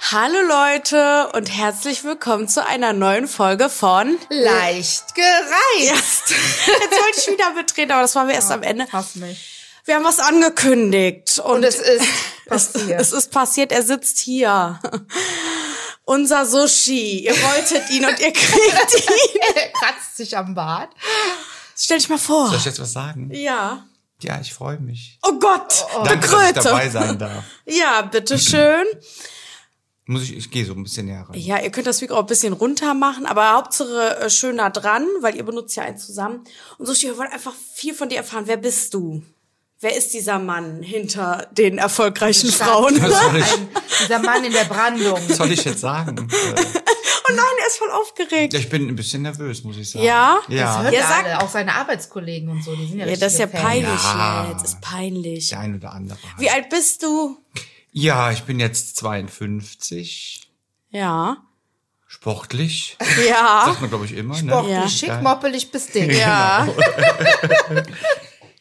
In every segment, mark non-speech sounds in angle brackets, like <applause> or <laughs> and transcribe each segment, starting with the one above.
Hallo Leute und herzlich willkommen zu einer neuen Folge von Leicht gereizt. Ja. Jetzt wollte ich wieder mitreden, aber das machen wir erst am Ende. Hoff mich. Wir haben was angekündigt und, Und es <laughs> ist passiert. es ist passiert, er sitzt hier. Unser Sushi. Ihr wolltet ihn und ihr <laughs> kriegt ihn. Er <laughs> kratzt sich am Bart. Stell dich mal vor. Soll ich jetzt was sagen? Ja. Ja, ich freue mich. Oh Gott, Danke, dass ich Bekröte. dabei sein darf. Ja, bitteschön. Muss ich, ich gehe so ein bisschen näher rein. Ja, ihr könnt das Mikro auch ein bisschen runter machen, aber Hauptsache äh, schön nah dran, weil ihr benutzt ja eins zusammen. Und Sushi, wir wollen einfach viel von dir erfahren. Wer bist du? Wer ist dieser Mann hinter den erfolgreichen Frauen? Und <laughs> Was soll ich, Ein, dieser Mann in der Brandung. was soll ich jetzt sagen? Äh, Oh nein, er ist voll aufgeregt. ja, ich bin ein bisschen nervös, muss ich sagen. Ja? Das Ja, <laughs> hört Ja, ja, sag- alle, auch seine Arbeitskollegen und so, die sind ja Ja, das ist ja richtige peinlich Ja. jetzt. Ist peinlich. der ein oder andere. hat. Wie alt bist du? Ja, ich bin jetzt 52, Ja. sportlich, Ja. sagt man glaube ich immer. Boah, Ne? Ja. du schick, moppelig bis dick. <laughs> Ja.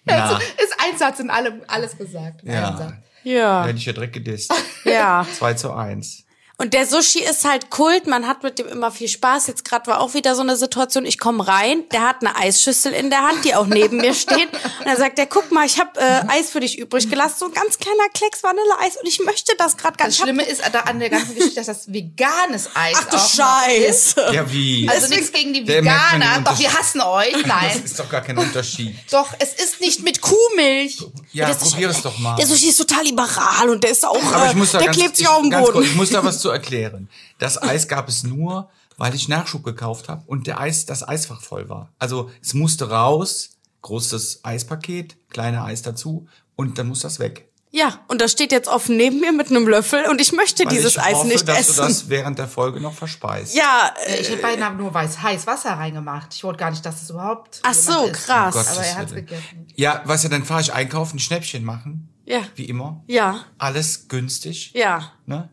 Na, Also, Ist ein Satz in allem, alles gesagt. In einem Satz. ja, Ja. werde ich ja direkt gedisst. Ja. 2 zu 1. Und der Sushi ist halt Kult, man hat mit dem immer viel Spaß. Jetzt gerade war auch wieder so eine Situation, ich komme rein, der hat eine Eisschüssel in der Hand, die auch neben mir steht. Und dann sagt er, guck mal, ich habe äh, Eis für dich übrig gelassen, so ein ganz kleiner Klecks Vanilleeis und ich möchte das gerade ganz Das Schlimme ist da an der ganzen Geschichte, dass das veganes Eis Ach du auch noch ist. Scheiße. Ja, wie? Also nichts gegen die Der merkt man den Veganer, doch wir Unterschied. hassen euch. <laughs> Das Nein. ist doch gar kein Unterschied. Doch, es ist nicht mit Kuhmilch. Ja, Das ist- probier es doch mal. Der Sushi ist total liberal und der ist auch, Aber äh, ich muss da der ganz, klebt sich ich, auch am ganz kurz, ich Boden. muss da was zu erklären. Das Eis gab es nur, weil ich Nachschub gekauft habe und der Eis, das Eisfach voll war. Also es musste raus, großes Eispaket, kleine Eis dazu und dann muss das weg. Ja, und das steht jetzt offen neben mir mit einem Löffel und ich möchte Weil dieses ich Eis hoffe, nicht dass essen. du das während der Folge noch verspeist. ja, äh, Ich hätte beinahe nur weiß heiß Wasser reingemacht. Ich wollte gar nicht, dass es überhaupt. Ach so, jemand isst. krass. Gottes Aber er hat's Willen. gegessen. Ja, weißt du, dann fahre ich einkaufen, Schnäppchen machen, ja, wie immer. ja, Alles günstig. ja. Ne?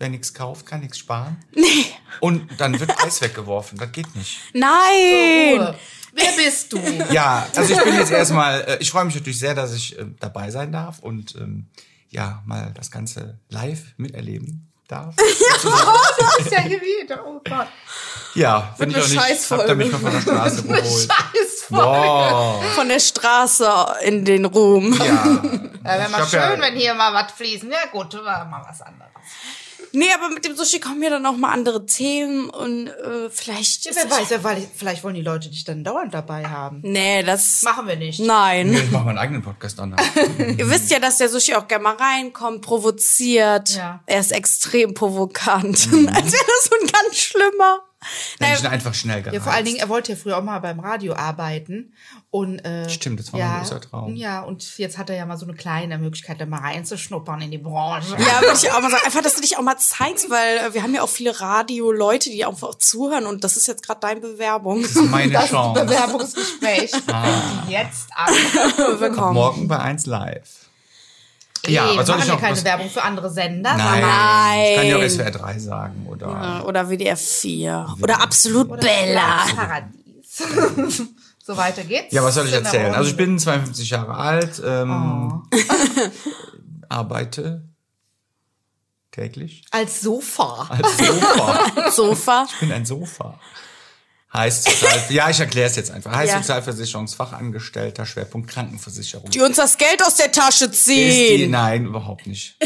Wer nichts kauft, kann nichts sparen. Und dann wird Eis <laughs> weggeworfen. Das geht nicht. Nein! Ruhe. Wer bist <laughs> du? Ja, also ich bin jetzt erstmal, äh, ich freue mich natürlich sehr, dass ich äh, dabei sein darf und ähm, ja, mal das Ganze live miterleben darf. Das ist ja hier wieder. Oh Gott. Ja, bin ich eine auch nicht. Habt Scheißfolge. ihr mich mal von <laughs> der Straße geholt. Scheiß Boah. Von der Straße in den Ruhm. Ja. Ja, wäre Ich Äh, mal hab schön, ja- wenn hier mal was fließen. Ja gut, war mal was anderes. Nee, aber mit dem Sushi kommen ja dann auch mal andere Themen und äh, vielleicht. Ja, Ist wer weiß, ja, weil vielleicht wollen die Leute dich dann dauernd dabei haben. nee, das. Machen wir nicht. Nein. Ich mache meinen eigenen <laughs> Podcast an. <laughs> Ihr wisst ja, dass der Sushi auch gerne mal reinkommt, provoziert. Ja. Er ist extrem provokant. <laughs> Als wäre das so ein ganz schlimmer. Dann ich ihn einfach schnell gereizt. Ähm, Ja, vor allen Dingen, er wollte ja früher auch mal beim Radio arbeiten. Und, äh, Stimmt, das war ja, mein großer Traum. Ja, und jetzt hat er ja mal so eine kleine Möglichkeit, da mal reinzuschnuppern in die Branche. Ja, würde ich auch mal sagen. Einfach, dass du dich auch mal zeigst, weil äh, wir haben ja auch viele Radio-Leute, die einfach auch zuhören und das ist jetzt gerade deine Bewerbung. <laughs> Meine Chance. <laughs> Ah. Bewerbungsgespräch. Jetzt an. Ab morgen bei 1 live. Nee, Ja, aber wir soll machen ich ja noch keine was- Werbung für andere Sender. Nein. sondern- Ich kann ja auch SWR 3 sagen, oder? Oder WDR 4. Oder absolut Bella. Paradies. <laughs> so weiter geht's. Ja, was soll ich In der erzählen? Also ich Runde. bin 52 Jahre alt, ähm, Oh. <laughs> arbeite täglich als Sofa. als Sofa. Sofa. Ich bin ein Sofa. Heißt Sozial ja, ich erkläre es jetzt einfach. Heißt Ja. Sozialversicherungsfachangestellter, Schwerpunkt Krankenversicherung. Die uns das Geld aus der Tasche Ist die, ziehen. nein, überhaupt nicht.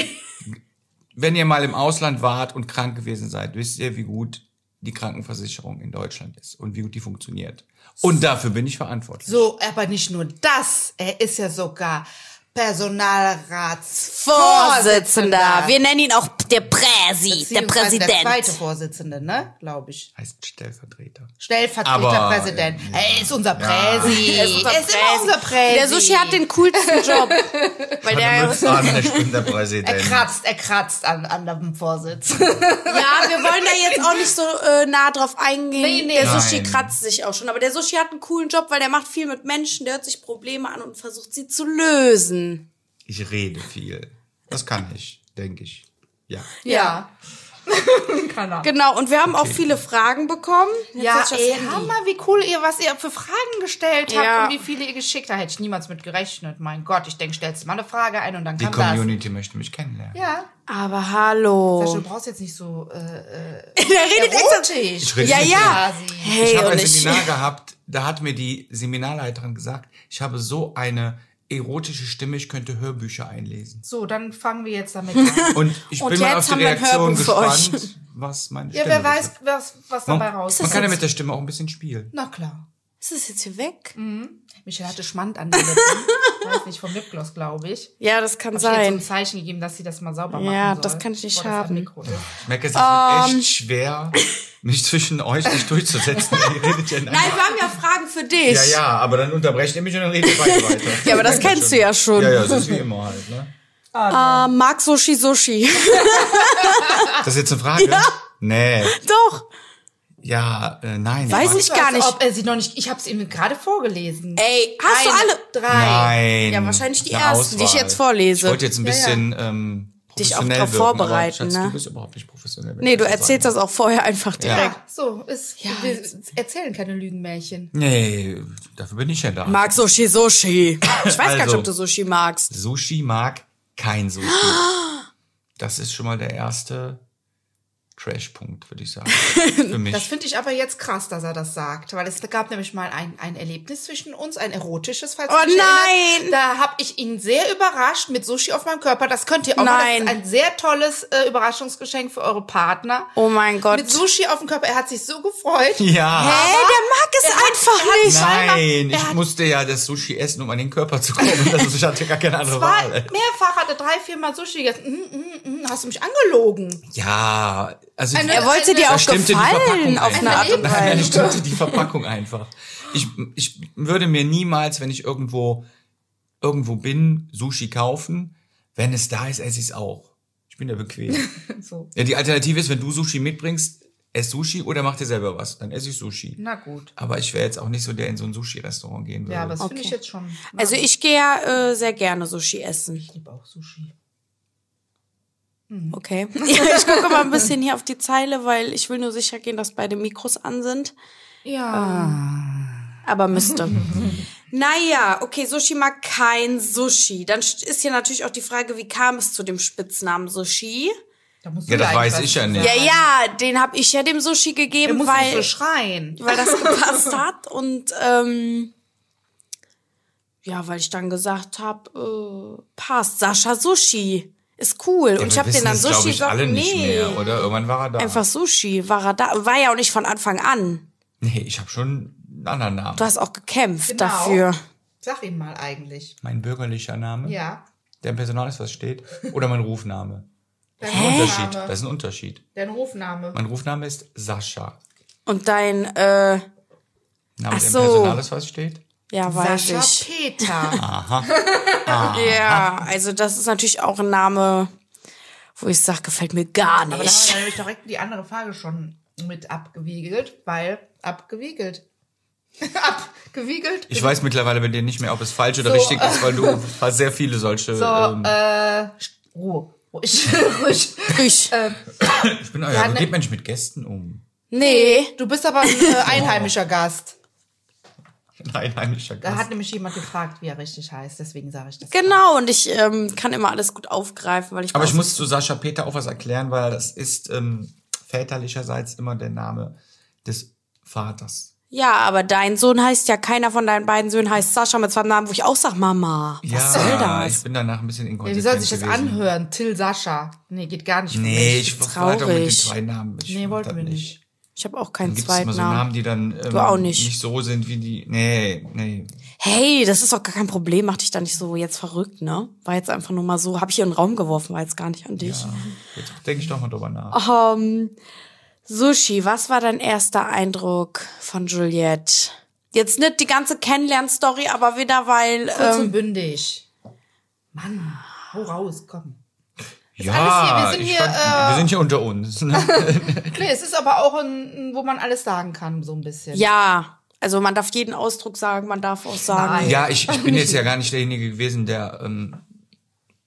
Wenn ihr mal im Ausland wart und krank gewesen seid, wisst ihr, wie gut die Krankenversicherung in Deutschland ist und wie gut die funktioniert. Und dafür bin ich verantwortlich. So, aber nicht nur das. Er ist ja sogar Personalratsvorsitzender. Vorsitzender. Wir nennen ihn auch der Präsi, der Beziehungsweise Präsident. Der zweite Vorsitzende, ne? Glaube ich. Heißt Stellvertreter. Aber, Stellvertreterpräsident. Er ist unser Präsi. Er ist, unser immer unser Präsi. Der Sushi hat den coolsten Job. Weil der, ja, an, ich bin der er Präsident. kratzt, er kratzt an, an dem Vorsitz. wir <laughs> wollen da jetzt auch nicht so äh, nah drauf eingehen. Nee, nee. Der Sushi Nein. kratzt sich auch schon. Aber der Sushi hat einen coolen Job, weil der macht viel mit Menschen, der hört sich Probleme an und versucht sie zu lösen. Ich rede viel. Das kann ich, denke ich. Ja. ja. Kann er. Genau, und wir haben auch viele Fragen bekommen. Jetzt Ja, setz ich das ey, Handy. Hammer, wie cool ihr, was ihr für Fragen gestellt habt Ja. und wie viele ihr geschickt habt. Hätte ich niemals mit gerechnet. Mein Gott, ich denke, stellst du mal eine Frage ein und dann Die kann Community möchte mich kennenlernen. das. Ja. Also, Aber hallo. Du brauchst jetzt nicht so äh, äh, <laughs> Der redet extra. erotisch. rede Ja, mit ja. denen. Ich Hey, habe ein und ich. <laughs> Seminar gehabt, da hat mir die Seminarleiterin gesagt, ich habe so eine erotische Stimme, ich könnte Hörbücher einlesen. So, dann fangen wir <laughs> jetzt damit an. Und ich Und bin mal jetzt auf die haben wir ein Reaktion Hörbuch für euch. gespannt, was meine ja, Stimme wer weiß, betrifft. was, was dabei Man, raus man kann ja mit der Stimme auch ein bisschen spielen. Na klar. Ist das jetzt hier weg? Michelle hatte Schmand <laughs> an den Lippen. Weiß nicht, vom Lipgloss, glaube ich. Ja, das kann Ich hätte so ein sein. Zeichen gegeben, dass sie das mal sauber machen Ja, soll, das kann ich nicht bevor das am haben. Mikro ist. Ich merke, es ist echt schwer, mich zwischen euch nicht durchzusetzen. ihr redet ja in einem- Nein, wir haben ja Fragen für dich. Ja, ja, aber dann unterbrecht ihr mich und dann redet beide <laughs> weiter. Ja, aber das kennst du ja schon. Ja, ja, das ist wie immer halt, ne? Ah, Mark Sushi Sushi. Das ist jetzt eine Frage? Nee. <laughs> Doch. Ja, äh, nein. Weiß Mann. ich gar Als nicht. Ob er sie noch nicht. Ich habe es ihm gerade vorgelesen. Ey, hast Ein, du alle? Drei. Nein. Ja, wahrscheinlich die Eine ersten, die ich jetzt vorlese. Ich wollte jetzt ein bisschen ähm, Dich auch professionell drauf wirken, aber vorbereiten, Schatz, ne? Du bist überhaupt nicht professionell. wenn Nee, ich du so erzählst sagen das auch vorher einfach Ja. direkt. Ja, so ist. wir erzählen keine Lügenmärchen. darf. Nee, dafür bin ich ja da. Mark Sushi Sushi. Ich weiß gar nicht, Also. ob du Sushi magst. Sushi mag kein <gasps> Sushi. Das ist schon mal der erste Trashpunkt, würde <laughs> ich sagen. Für mich. Das finde ich aber jetzt krass, dass er das sagt, weil es gab nämlich mal ein, ein Erlebnis zwischen uns, ein erotisches, falls du Oh dich nein! erinnerst. Da habe ich ihn sehr überrascht mit Sushi auf meinem Körper. Das könnt ihr auch Nein. Mal. Das ist ein sehr tolles äh, Überraschungsgeschenk für eure Partner. Oh mein Gott. Mit Sushi auf dem Körper. Er hat sich so gefreut. ja. Ey, der mag es einfach nicht. Nein, ich musste ja das Sushi essen, um an den Körper zu <laughs> kommen. Also ich hatte gar keine andere War, Wahl. ey. mehrfach hatte drei, viermal Sushi gegessen. Mm, mm, mm, hast du mich angelogen? Ja, also ich- Er wollte dir Da auch stimmte die gefallen Verpackung auf ein. eine Art und Nein, da Weise. stimmte die Verpackung einfach. Ich, ich würde mir niemals, wenn ich irgendwo, irgendwo bin, Sushi kaufen. Wenn es da ist, esse ich es auch. Ich bin ja <laughs> bequem. <laughs> So. Ja, die Alternative ist, wenn du Sushi mitbringst, ess Sushi oder mach dir selber was. Dann esse ich Sushi. Na gut. Aber ich wäre jetzt auch nicht so, der in so ein Sushi-Restaurant gehen würde. Ja, aber das finde ich jetzt schon. Also ich gehe ja äh, sehr gerne Sushi essen. liebe auch Sushi. <laughs> Okay. Ja, ich gucke mal ein bisschen hier auf die Zeile, weil ich will nur sicher gehen, dass beide Mikros an sind. Ähm, Ja. Aber <laughs> müsste. naja, okay, Sushi mag kein Sushi. Dann st- ist hier natürlich auch die Frage, wie kam es zu dem Spitznamen Sushi? Da musst Ja, das gleich weiß was ich ja zu nicht. Ja, sagen. ja, den habe ich ja dem Sushi Er gegeben, muss nicht weil, so schreien. weil das <laughs> gepasst hat. Und ähm, ja, weil ich dann gesagt habe, äh, passt, Sascha Sushi. Ist cool. Ja, Und ich wir habe den wissen dann es, glaub Sushi ich, alle gesagt, nicht nee. mehr, oder? Irgendwann war er da. Einfach Sushi war er da. War ja auch nicht von Anfang an. nee, ich habe schon einen anderen Namen. Du hast auch gekämpft Genau. dafür. Sag ihm mal eigentlich. Mein bürgerlicher Name. Ja. der im Personal ist, was steht, oder mein Rufname. Das ist ein Unterschied. Das ist ein Unterschied. Dein Rufname. Mein Rufname ist Sascha. Und dein, äh, Name, der im so. Personal ist, was steht. ja, weiß Sascha ich. <laughs> Peter. Ja, also das ist natürlich auch ein Name, wo ich sage, gefällt mir gar Aber da haben wir nicht. nämlich direkt die andere Frage schon mit abgewiegelt, <laughs> weil abgewiegelt. abgewiegelt. Ich weiß mittlerweile bei dir nicht mehr, ob es falsch oder richtig ist, <laughs> weil du hast sehr viele solche. ähm, äh, Ruhe. Ruhig, <laughs> ruhig. Frisch. Äh, ich bin, ah, ne ja, so geht man nicht mit Gästen um. <laughs> Nee. Du bist aber ein äh, einheimischer Gast. Ein einheimischer Da Gast. hat ne nämlich jemand gefragt, wie er richtig heißt. Deswegen sage ich das. Genau, und ich ähm, kann immer alles gut aufgreifen, weil ich Aber ich weiß- muss zu Sascha Peter auch was erklären, weil das ist ähm, väterlicherseits immer der Name des Vaters. Ja, aber dein Sohn heißt ja, keiner von deinen beiden Söhnen heißt Sascha mit zwei Namen, wo ich auch sag, Mama, was soll das? ich bin danach ein bisschen Ja, inkonsequent wie soll sich das gewesen. anhören? Till Sascha. Nee, geht gar nicht. für Nee, mich. ich war doch mit den traurig. zwei Namen. Ich Nee, mag wollten das wir nicht. Ich habe auch keinen Gibt es immer zweiten so Namen, Namen. die dann ähm, auch nicht. so sind wie die. Nee, nee. Hey, das ist doch gar kein Problem, mach dich da nicht so jetzt verrückt, ne? War jetzt einfach nur mal so, habe ich hier in den Raum geworfen, war jetzt gar nicht an dich. Jetzt denke ich doch mal drüber nach. Ähm, Sushi, was war dein erster Eindruck von Juliette? Jetzt nicht die ganze Kennenlernstory, aber wieder weil Kurz ähm, und bündig. Mann, hau raus, komm. ja, alles hier, wir sind ich hier, fand, äh, wir sind hier unter <laughs> uns. Ne? Nee, es ist aber auch ein, ein- wo man alles sagen kann, so ein bisschen. ja, also man darf jeden Ausdruck sagen, man darf auch sagen, ja, ich, ich bin jetzt ja gar nicht derjenige gewesen, der ähm,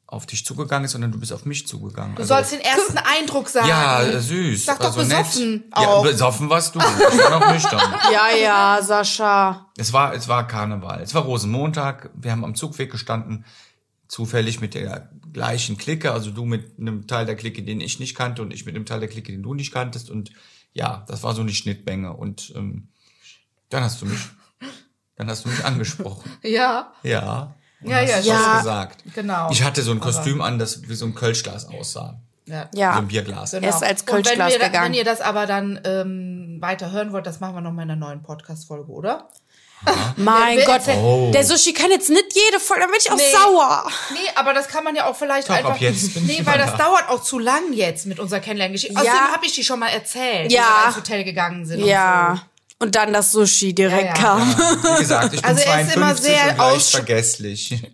auf dich zugegangen ist, sondern du bist auf mich zugegangen. Also, Du sollst den ersten Eindruck sagen. ja, äh, süß. Sag doch also besoffen nett. auch. Ja, besoffen warst du. Ich war <laughs> noch nüchtern. ja, ja, Sascha. Es war, es war Karneval. Es war Rosenmontag. Wir haben am Zugweg gestanden. Zufällig mit der gleichen Clique. Also du mit einem Teil der Clique, den ich nicht kannte und ich mit einem Teil der Clique, den du nicht kanntest. Und ja, das war so eine Schnittmenge. Und ähm, dann hast du mich, dann hast du <laughs> mich angesprochen. Ja, Ja. Und Ja, hast ja, was ja. gesagt. Genau. Ich hatte so ein Kostüm an, das wie so ein Kölschglas aussah. ja. So Ja. ein Bierglas. Genau. Er ist als Und wenn Kölschglas wir da- gegangen. Wenn ihr das aber dann ähm, weiter hören wollt, das machen wir nochmal in einer neuen Podcast-Folge, oder? Mein Wer- Gott, wer- der Sushi kann jetzt nicht jede Folge, dann bin ich auch Nee. sauer. Nee, aber das kann man ja auch vielleicht Doch, einfach. ab jetzt bin ich nee, weil wieder das da. dauert auch zu lang jetzt mit unserer Kennenlerngeschichte. Außerdem Ja. habe ich die schon mal erzählt, Ja. wie wir ins Hotel gegangen sind. und so. Ja. Und dann das Sushi direkt Ja, ja. kam. Wie <laughs> gesagt, ich bin Also er ist 52 immer sehr und leicht aus- vergesslich.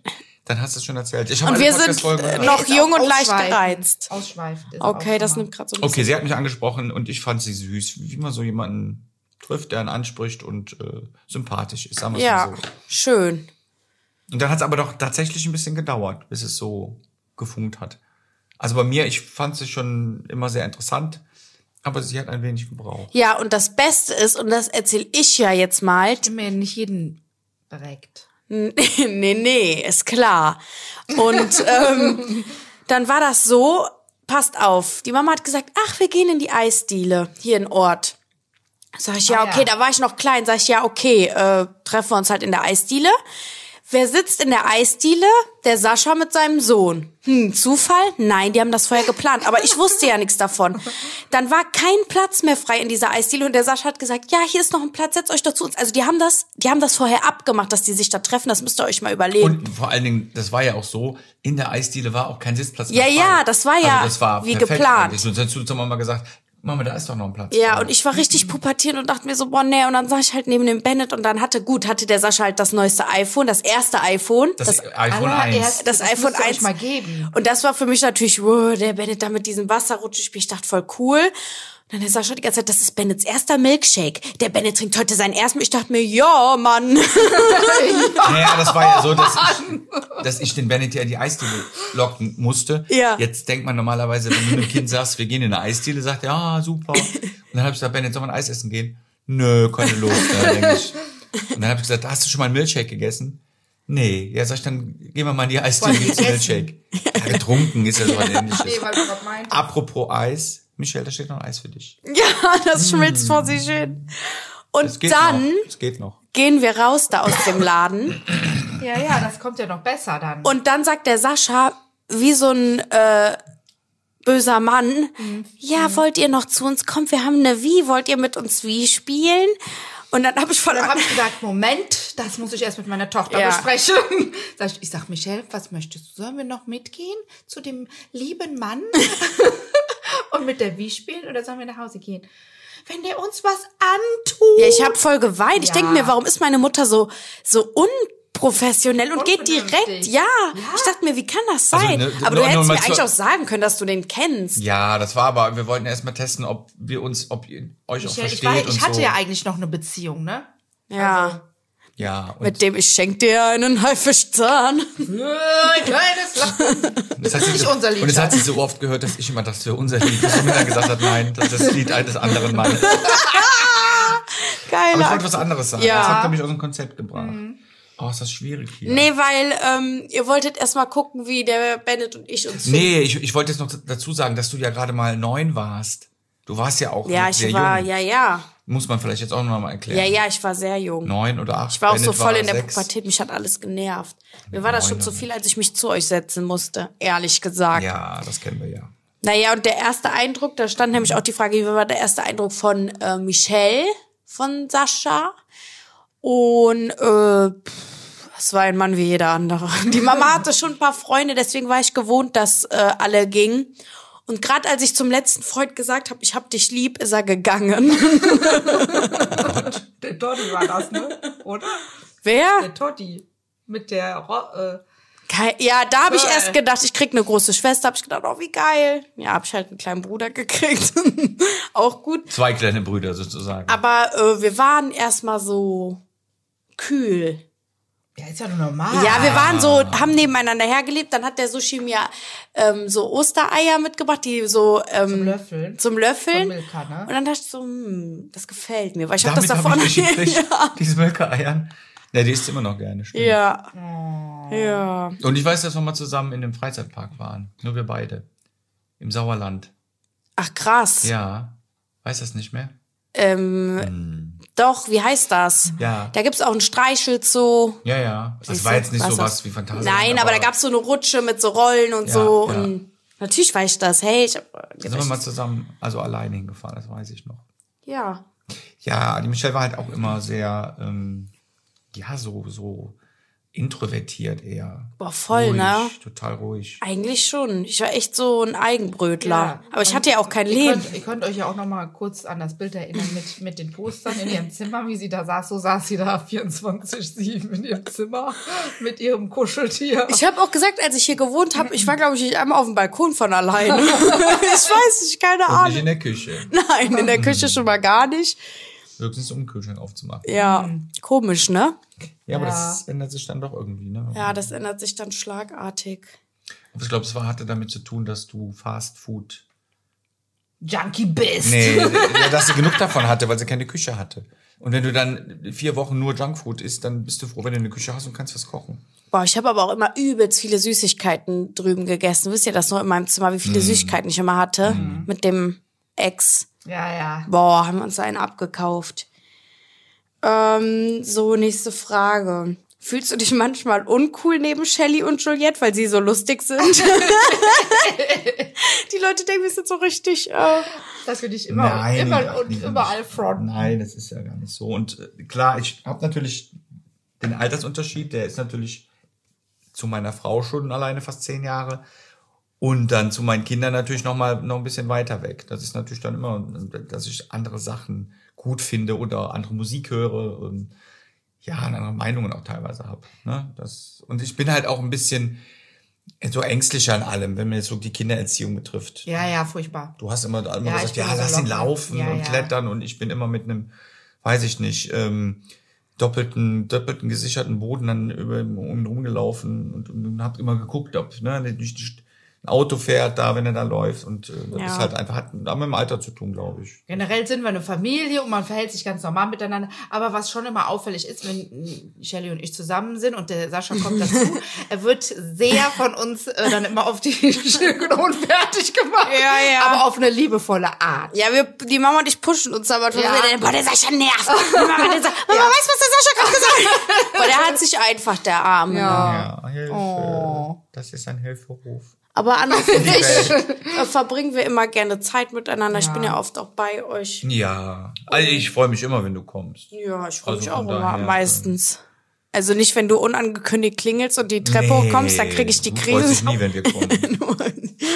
Dann hast du es schon erzählt. Ich habe Und alle wir sind Podcast-Folgen äh, gehört. noch jung und leicht Ausschweifend. gereizt. Ausschweifend. ist er auch Okay, schon das mal. nimmt gerade so ein bisschen. Okay, sie hat mich angesprochen und ich fand sie süß, wie man so jemanden trifft, der einen anspricht und äh, sympathisch ist, sagen wir ja. Ja, mal so. schön. Und dann hat es aber doch tatsächlich ein bisschen gedauert, bis es so gefunkt hat. Also bei mir, ich fand sie schon immer sehr interessant, aber sie hat ein wenig gebraucht. Ja, und das Beste ist, und das erzähle ich ja jetzt mal, <laughs> Ich bin mir nicht jeden direkt. nee, nee, ist klar. <laughs> Und ähm, dann war das so, passt auf. Die Mama hat gesagt, ach, wir gehen in die Eisdiele hier in Ort. Sag ich, ja, Ah, ja. okay, da war ich noch klein. Sag ich, ja, okay, äh, treffen wir uns halt in der Eisdiele. Wer sitzt in der Eisdiele? Der Sascha mit seinem Sohn. Hm, Zufall? Nein, die haben das vorher geplant. Aber ich wusste ja nichts davon. Dann war kein Platz mehr frei in dieser Eisdiele und der Sascha hat gesagt, ja, hier ist noch ein Platz, setzt euch doch zu uns. Also die haben das, die haben das vorher abgemacht, dass die sich da treffen. Das müsst ihr euch mal überlegen. Und vor allen Dingen, das war ja auch so, in der Eisdiele war auch kein Sitzplatz Ja, mehr frei. ja, das war ja also das war wie perfekt geplant. eigentlich. Sonst hättest du zur Mama gesagt, Mama, da ist doch noch ein Platz. Ja, und ich war richtig pubertierend und dachte mir so, boah, nee, und dann saß ich halt neben dem Bennett und dann hatte, gut, hatte der Sascha halt das neueste iPhone, das erste iPhone. das, iPhone 1. Allererst- das Das iPhone müsst ihr euch 1 mal geben. Und das war für mich natürlich, wow, der Bennett da mit diesem Wasserrutschspiel, ich dachte voll cool. Und dann der Sascha die ganze Zeit, das ist Bennets erster Milkshake. Der Bennett trinkt heute seinen ersten. Ich dachte mir, ja, Mann. <laughs> Naja, das war ja so, dass ich, dass ich den Bennett ja in die Eisdiele locken musste. Ja. Jetzt denkt man normalerweise, wenn du einem Kind sagst, wir gehen in eine Eisdiele, sagt er, ja, super. Und dann habe ich gesagt, Bennett, soll man Eis essen gehen? Nö, keine Lust, ne, denke ich. Und dann habe ich gesagt, hast du schon mal einen Milkshake gegessen? Nee. Ja, sag ich, dann gehen wir mal in die Eisdiele, gibt's einen Milkshake. Ja, getrunken ist ja so was ähnliches. Nee, weil du gerade meinst. Apropos Eis, Michelle, da steht noch ein Eis für dich. ja, das Mm. schmilzt vor sich hin. Es Und geht dann noch. Es geht noch. gehen wir raus da aus dem <laughs> Laden. Ja, ja, das kommt ja noch besser dann. Und dann sagt der Sascha, wie so ein äh, böser Mann, Mhm. ja, wollt ihr noch zu uns kommen? Wir haben eine Wie, wollt ihr mit uns Wie spielen? Und dann habe ich voll Dann habe Angst. ich gesagt, Moment, das muss ich erst mit meiner Tochter Ja. besprechen. <laughs> Sag ich, ich sag, Michelle, was möchtest du? Sollen wir noch mitgehen zu dem lieben Mann <laughs> und mit der Wie spielen oder sollen wir nach Hause gehen? Wenn der uns was antut. Ja, ich habe voll geweint. Ich Ja. denke mir, warum ist meine Mutter so, so unprofessionell und geht direkt? Unvernünftig. Ja. Ich dachte mir, wie kann das Also, sein? ne, Aber nur- du nur hättest mal mir zu- eigentlich auch sagen können, dass du den kennst. Ja, das war aber, wir wollten erstmal testen, ob wir uns, ob ihr euch auch Michelle, ich, versteht war, und ich hatte so. ja eigentlich noch eine Beziehung, ne? Ja. Ja, und Mit dem ich schenk dir einen Haifischzahn. Mhm. Äh, Ein <laughs> kleines Lachen. das hat sie nicht so, unser Lied, Und das hat sie so oft gehört, dass ich immer dachte, das wäre unser Lied. Dass sie mir dann gesagt hat, nein, das ist das Lied eines anderen Mannes. <laughs> Aber ich wollte Geil. was anderes sagen. Ja. Mhm. Das habt ihr mich aus dem Konzept gebracht. Oh, ist das schwierig hier. Nee, weil ähm, ihr wolltet erstmal gucken, wie der Bennett und ich uns Nee, ich, ich wollte jetzt noch dazu sagen, dass du ja gerade mal neun warst. Du warst ja auch Ja, noch ich sehr war, jung. ja, ja. Muss man vielleicht jetzt auch noch mal erklären. Ja, ja, ich war sehr jung. Neun oder acht. Ich war auch so Bennett voll in der sechs. Pubertät, mich hat alles genervt. Mir war das schon Neun zu oder- viel, als ich mich zu euch setzen musste, ehrlich gesagt. Ja, das kennen wir ja. Naja, und der erste Eindruck, da stand nämlich auch die Frage, wie war der erste Eindruck von äh, Michelle, von Sascha? Und äh, pff, das war ein Mann wie jeder andere. <laughs> Die Mama hatte schon ein paar Freunde, deswegen war ich gewohnt, dass äh, alle gingen. Und gerade als ich zum letzten Freund gesagt habe, ich hab dich lieb, ist er gegangen. <laughs> Der Totti war das, ne? Oder? Wer? Der Totti. Mit der Ro äh, Kei- Ja, da habe ich Geil. erst gedacht, ich krieg eine große Schwester. Habe ich gedacht, oh, wie geil. Ja, habe ich halt einen kleinen Bruder gekriegt. <laughs> Auch gut. Zwei kleine Brüder sozusagen. Aber äh, wir waren erstmal so kühl. Ja, ist ja nur normal. Ja, wir waren so, haben nebeneinander hergelebt. Dann hat der Sushi mir ähm, so Ostereier mitgebracht, die so ähm, zum Löffeln. Zum Löffeln. Von Milka, ne? Und dann dachte ich so, hm, das gefällt mir, weil ich habe das Damit davon. habe ich dich gekriegt, <laughs> ja. diese Mölkereiern. Na, die isst immer noch gerne. stimmt. Ja. ja. Und ich weiß, dass wir mal zusammen in dem Freizeitpark waren. Nur wir beide. Im Sauerland. Ach krass. Ja. Weiß das nicht mehr? Doch, wie heißt das? Ja. Da gibt's auch einen Streichelzoo. Ja, ja. Das Siehst war du, jetzt nicht was sowas das- wie Fantasia. Nein, aber da gab's so eine Rutsche mit so Rollen und Ja, so. ja. Und natürlich weiß ich das. Hey, ich hab. äh, Da sind wir mal zusammen, also alleine hingefahren, das weiß ich noch. Ja. Ja, die Michelle war halt auch immer sehr, ähm, ja, so, so introvertiert eher. Boah, voll, ruhig, ne? Total ruhig. Eigentlich schon. Ich war echt so ein Eigenbrötler. Ja. Aber ich hatte ja auch kein Ihr Leben. könnt, ihr könnt euch ja auch noch mal kurz an das Bild erinnern mit, mit den Postern in ihrem Zimmer, wie sie da saß. So saß sie da <laughs> 24-7 in ihrem Zimmer mit ihrem Kuscheltier. Ich habe auch gesagt, als ich hier gewohnt habe, ich war, glaube ich, nicht einmal auf dem Balkon von alleine. <laughs> ich weiß nicht, keine Und nicht in Ahnung. der Küche. Nein, in der Küche schon mal gar nicht. Höchstens um den Kühlschrank aufzumachen. Ja, Ja, komisch, ne? aber das ändert sich dann doch irgendwie, ne? Ja, das ändert sich dann schlagartig. Aber ich glaube, es war, hatte damit zu tun, dass du Fast Food. Junkie bist. Nee, ja, dass sie genug davon hatte, weil sie keine Küche hatte. Und wenn du dann vier Wochen nur Junkfood isst, dann bist du froh, wenn du eine Küche hast und kannst was kochen. Boah, ich habe aber auch immer übelst viele Süßigkeiten drüben gegessen. Wisst ihr das noch in meinem Zimmer, wie viele Süßigkeiten ich immer hatte? Mit dem Ex. Ja, ja. Boah, haben wir uns einen abgekauft. Ähm, so, nächste Frage. Fühlst du dich manchmal uncool neben Shelley und Juliette, weil sie so lustig sind? <laughs> Die Leute denken, wir sind so richtig. Äh, Das würde ich immer, immer und überall fronten. Nein, das ist ja gar nicht so. Und äh, klar, ich habe natürlich den Altersunterschied, der ist natürlich zu meiner Frau schon alleine fast zehn Jahre. Und dann zu meinen Kindern natürlich noch mal noch ein bisschen weiter weg. Das ist natürlich dann immer, dass ich andere Sachen gut finde oder andere Musik höre und ja, und andere Meinungen auch teilweise habe. Ne? Das, und ich bin halt auch ein bisschen äh, so ängstlicher an allem, wenn mir jetzt so die Kindererziehung betrifft. Ja, ja, furchtbar. Du hast immer, immer Ja, gesagt, ich bin ja, so lass ihn locker. laufen Ja, und ja. klettern und ich bin immer mit einem, weiß ich nicht, ähm, doppelten, doppelten gesicherten Boden dann über um, rumgelaufen und, und hab immer geguckt, ob ne, nicht- nicht ein Auto fährt da, wenn er da läuft und äh, das Ja. ist halt einfach, hat, hat mit dem Alter zu tun, glaube ich. Generell sind wir eine Familie und man verhält sich ganz normal miteinander. Aber was schon immer auffällig ist, wenn Shelly und ich zusammen sind und der Sascha kommt <laughs> dazu, er wird sehr von uns äh, dann immer auf die <laughs> Schilden unfertig gemacht. Ja, ja. Aber auf eine liebevolle Art. ja, wir, die Mama und ich pushen uns aber schon. Ja. Ja. Boah, der Sascha <laughs> nervt. Mama, der Sa Mama weißt du, was der Sascha gerade gesagt hat? <laughs> Boah, der hat sich einfach, der Arme. Ah. Ja, Hilfe. Oh. Das ist ein Hilferuf. Aber an und für sich äh, <laughs> verbringen wir immer gerne Zeit miteinander. Ich bin ja oft auch bei euch. Ja, also ich freue mich immer, wenn du kommst. Ja, ich freue Also mich auch von immer daher, ähm, meistens. Also nicht, wenn du unangekündigt klingelst und die Treppe hochkommst, dann kriege ich die du freust dich Krise. nie, wenn <laughs> wir kommen. <laughs>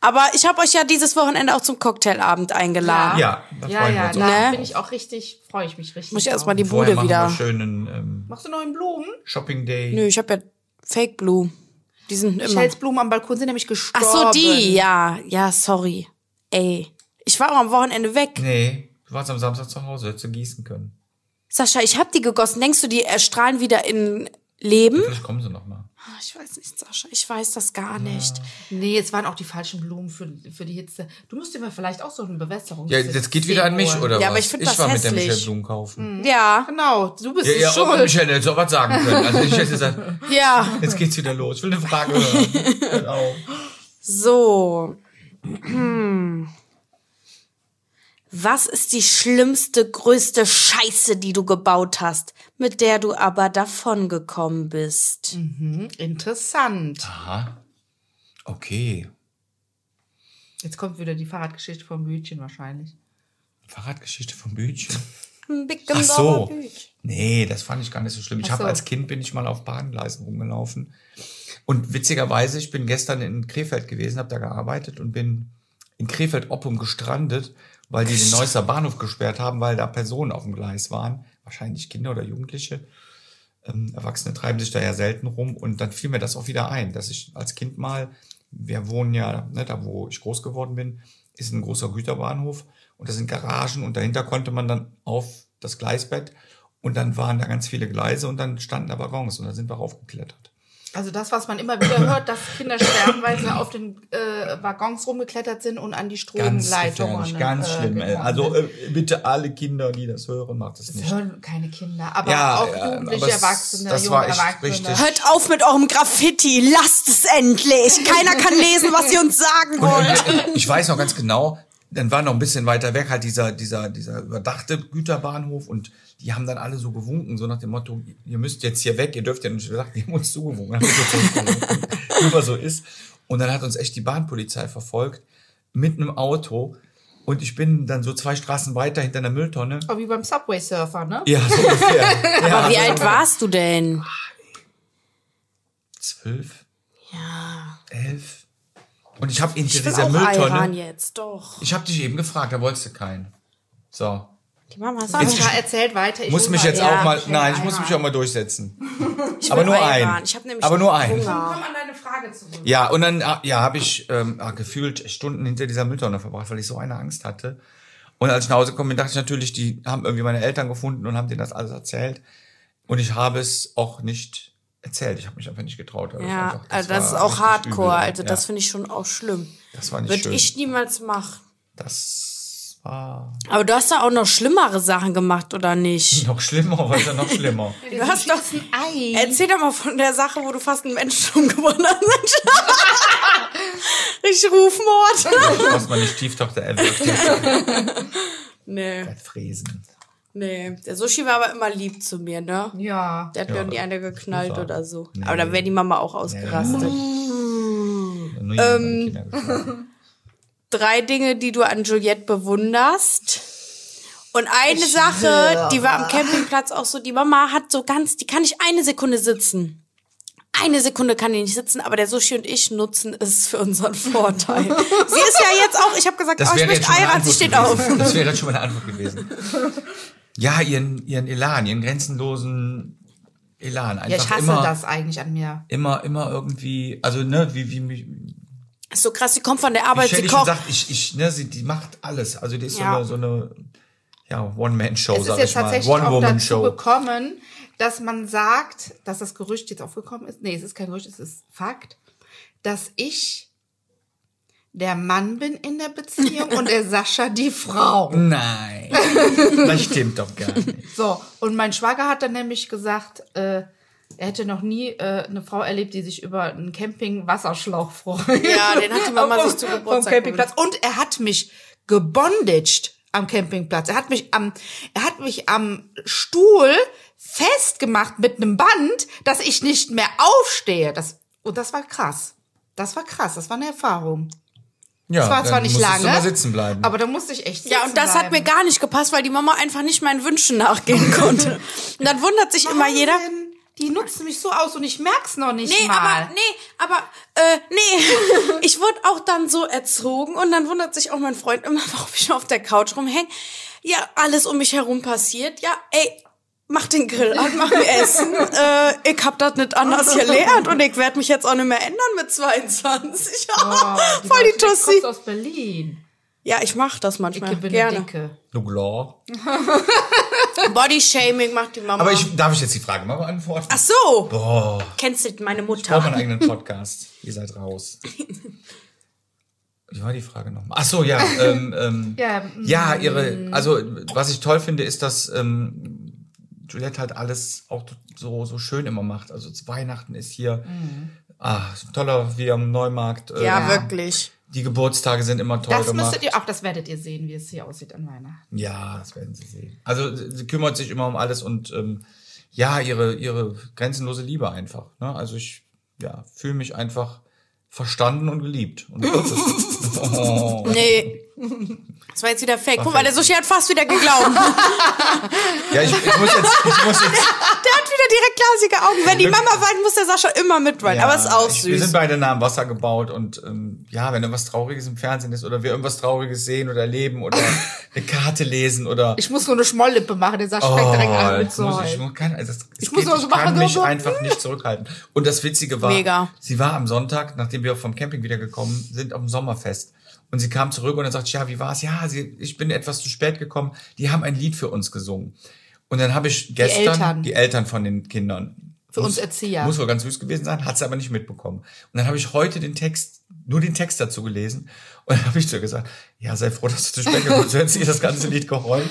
Aber ich habe euch ja dieses Wochenende auch zum Cocktailabend eingeladen. ja, da Ja, freuen ja, wir uns. da Ne? bin ich auch richtig, freue ich mich richtig. Muss ich drauf. erstmal die Vorher Bude machen wir wieder. schönen ähm, Machst du neuen Blumen? Shopping Day. Nö, ich habe ja Fake Blue. Die sind immer. Shells Blumen am Balkon sind nämlich Ach gestorben. so, die, ja. Ja, sorry. Ey. Ich war auch am Wochenende weg. Nee, du warst am Samstag zu Hause, hättest du gießen können. Sascha, ich habe die gegossen. Denkst du, die erstrahlen wieder in Leben? Vielleicht kommen sie noch mal. Ah, Ich weiß nicht, Sascha. Ich weiß das gar nicht. Nee, es waren auch die falschen Blumen für, für die Hitze. Du musst dir mal vielleicht auch so eine Bewässerung. Ja, das geht wieder an mich, oder Ja, was? aber ich find das war mit hässlich. Mhm. der Michelle Blumen kaufen. Ja, Genau, du bist Ja, die ja, oh, ob schuld. Michelle hätte auch was sagen können. Also ich hätte gesagt, <laughs> ja. jetzt geht's wieder los. Ich will eine Frage <laughs> hören. Hört auf. So. <clears throat> Hm. Was ist die schlimmste, größte Scheiße, die du gebaut hast, mit der du aber davongekommen bist? Interessant. Okay. Jetzt kommt wieder die Fahrradgeschichte vom Hütchen wahrscheinlich. Fahrradgeschichte vom Bütchen. Ein Big Ach und so. Daumen. Nee, das fand ich gar nicht so schlimm. Ich Ach habe so. als Kind bin ich mal auf Bahngleisen rumgelaufen. Und witzigerweise, ich bin gestern in Krefeld gewesen, habe da gearbeitet und bin in Krefeld-Oppum gestrandet, weil die den Neusser Bahnhof gesperrt haben, weil da Personen auf dem Gleis waren. Wahrscheinlich Kinder oder Jugendliche. Ähm, Erwachsene treiben sich da ja selten rum. Und dann fiel mir das auch wieder ein, dass ich als Kind mal, wir wohnen ja, ne, da wo ich groß geworden bin, ist ein großer Güterbahnhof und da sind Garagen und dahinter konnte man dann auf das Gleisbett und dann waren da ganz viele Gleise und dann standen da Waggons und dann sind wir raufgeklettert. Also das, was man immer wieder hört, dass Kinder sterben, weil sie auf den äh, Waggons rumgeklettert sind und an die Ganz Stromleitungen. gefährlich, ganz äh, schlimm. Ey. gekommen Also sind. äh, bitte alle Kinder, die das hören, macht das das nicht. hören keine Kinder, aber Ja, auch ja, Jugendliche, aber es- Erwachsene, das junge war echt Erwachsene. richtig. Hört auf mit eurem Graffiti, lasst es endlich. Keiner kann lesen, was ihr uns sagen wollt. Und <laughs> ich weiß noch ganz genau, dann war noch ein bisschen weiter weg halt dieser, dieser, dieser überdachte Güterbahnhof und die haben dann alle so gewunken, so nach dem Motto, ihr müsst jetzt hier weg, ihr dürft ja nicht. Wir sagten, die haben uns zugewunken, haben uns so zugewunken, <laughs> wie immer so ist. Und dann hat uns echt die Bahnpolizei verfolgt mit einem Auto und ich bin dann so zwei Straßen weiter hinter einer Mülltonne. Aber wie beim Subway-Surfer, ne? Ja, so ungefähr. Aber wie alt warst du denn? Zwölf? Ja. Elf? Und ich habe in Ich will dieser auch Ayran Mülltonne, jetzt, doch. ich habe dich eben gefragt, da wolltest du keinen. So, Die Mama sagt, Sascha, erzählt weiter. Ich muss hol mich jetzt Ja, auch mal, schnell nein, ich muss einmal. mich auch mal durchsetzen. ich Aber will nur Ayran. einen. Ich hab nämlich Aber nur einen. Hunger. Komm an deine Frage zurück. Ja, und dann ah, ja, habe ich ähm, ah, gefühlt Stunden hinter dieser Mülltonne verbracht, weil ich so eine Angst hatte. Und als ich nach Hause gekommen bin, dachte ich natürlich, die haben irgendwie meine Eltern gefunden und haben denen das alles erzählt. Und ich habe es auch nicht erzählt. Ich habe mich einfach nicht getraut. weil ich Ja, einfach- also das ist war auch richtig Hardcore, übel. also das ja, finde ich schon auch schlimm. das war nicht Würde schön. ich niemals machen. das war Aber du hast da auch noch schlimmere Sachen gemacht, oder nicht? noch schlimmer, <laughs> war ja <laughs> noch schlimmer. Du hast doch ein Ei. Erzähl doch mal von der Sache, wo du fast einen Menschen <laughs> umgebracht hast. ich Rufmord. Was meine Stieftochter erwürgt hat, <laughs> Nee, hat Fräsen. nee. Der Sushi war aber immer lieb zu mir, ne? Ja. Der hat mir um die eine geknallt oder so. Nee. Aber dann wäre die Mama auch ausgerastet. Nur ähm, Kinder geschlagen. Drei Dinge, die du an Juliette bewunderst. Und eine Sache, die war am Campingplatz auch so, die Mama hat so ganz, die kann nicht eine Sekunde sitzen. Eine Sekunde kann die nicht sitzen, aber der Sushi und ich nutzen es für unseren Vorteil. <laughs> Sie ist ja jetzt auch, ich habe gesagt, Das oh, ich wäre jetzt möchte schon meine heiraten, sie Antwort steht gewesen. auf. Das wäre jetzt schon meine Antwort gewesen. Ja, ihren, ihren Elan, ihren grenzenlosen Elan. Einfach Ja, ich hasse immer, das eigentlich an mir. Immer, immer irgendwie, also ne, wie, wie mich. Ist <laughs> so krass, sie kommt von der Arbeit, Michelle, sie ich schon kocht. sagt, ich, ich, ne, sie, die macht alles. Also die ist Ja. so eine, so eine ja, One-Man-Show, Es ist sag jetzt ich mal. tatsächlich auch dazu One-Woman-Show. gekommen, dass man sagt, dass das Gerücht jetzt aufgekommen ist. Nee, es ist kein Gerücht, es ist Fakt, dass ich der Mann bin in der Beziehung und <laughs> der Sascha die Frau. Nein. Das stimmt doch gar nicht. So, und mein Schwager hat dann nämlich gesagt, äh, er hätte noch nie äh, eine Frau erlebt, die sich über einen Camping-Wasserschlauch freut. Ja, den hat die Mama sich zu Geburtstag Vom Campingplatz. Und er hat mich gebondaged am Campingplatz. Er hat mich am, er hat mich am Stuhl festgemacht mit einem Band, dass ich nicht mehr aufstehe. Das, und das war krass. Das war krass. Das war eine Erfahrung. Ja, Das war zwar dann nicht musstest lange, Du mal sitzen bleiben. aber da musste ich echt sitzen Ja, und das hat mir bleiben. gar nicht gepasst, weil die Mama einfach nicht meinen Wünschen nachgehen <laughs> konnte. Und dann wundert sich immer jeder. Wahnsinn. Die nutzen mich so aus und ich merk's noch nicht Nee, mal. aber, nee, aber, äh, <laughs> nee. Ich wurde auch dann so erzogen und dann wundert sich auch mein Freund immer, warum ich auf der Couch rumhänge. Ja, alles um mich herum passiert. Ja, ey, mach den Grill an, mach mir <laughs> Essen. Äh, ich hab das nicht anders gelernt und ich werd mich jetzt auch nicht mehr ändern mit 22. <laughs> Ja, voll Oh, die Tussi. Kommst aus Berlin. Ja, ich mach das Ich manchmal bin eine gerne. Dicke. Du Glor. Bodyshaming macht die Mama. Aber ich, darf ich jetzt die Frage mal beantworten? Oh. Ach so. Boah, Cancelt meine ich brauche meinen Mutter. eigenen Podcast. Ihr seid raus. Wie war die Frage nochmal? Ach so, ja. Ähm, ähm, Ja, ja, ihre, also was ich toll finde, ist, dass ähm, Juliette halt alles auch so, so schön immer macht. Also zu Weihnachten ist hier, ah, ist ein toller wie am Neumarkt. äh, Ja, wirklich. Die Geburtstage sind immer toll Das gemacht. müsstet ihr auch, das werdet ihr sehen, wie es hier aussieht an Weihnachten. Ja, das werden sie sehen. Also sie sie kümmert sich immer um alles und ähm, ja, ihre, ihre grenzenlose Liebe einfach. Ne? Also ich ja, fühle mich einfach verstanden und geliebt. Und das ist, <laughs> oh, <laughs> Nee. Das war jetzt wieder fake. Guck mal, der Sushi hat fast wieder geglaubt. <laughs> der hat ja, ich, ich muss jetzt, ich muss jetzt. wieder direkt glasige Augen. Wenn die Mama weint, muss der Sascha immer mitweinen. Ja, Aber ist auch ich, Wir sind süß. beide nah am Wasser gebaut und ähm, ja, wenn irgendwas Trauriges im Fernsehen ist oder wir irgendwas Trauriges sehen oder erleben <laughs> oder eine Karte lesen oder Ich muss nur eine Schmolllippe machen, der Sascha fängt direkt an mit Oh, jetzt muss so. ich, Ich, nur- kann, also das, ich, muss geht, nur so ich kann machen, so, mich so. einfach nicht zurückhalten. Und das Witzige war, Mega. sie war am Sonntag, nachdem wir vom Camping wiedergekommen sind, auf dem Sommerfest. Und sie kam zurück und dann sagt, sie, ja, wie war's? Ja, sie, ich bin etwas zu spät gekommen. Die haben ein Lied für uns gesungen. Und dann habe ich gestern Eltern. die Eltern von den Kindern für uns Erzieher. muss wohl ganz süß gewesen sein, hat sie aber nicht mitbekommen. Und dann habe ich heute den Text, nur den Text dazu gelesen. Und dann habe ich zu ihr gesagt, ja, sei froh, dass du zu spät gekommen bist, sonst hätte ihr das ganze Lied geheult.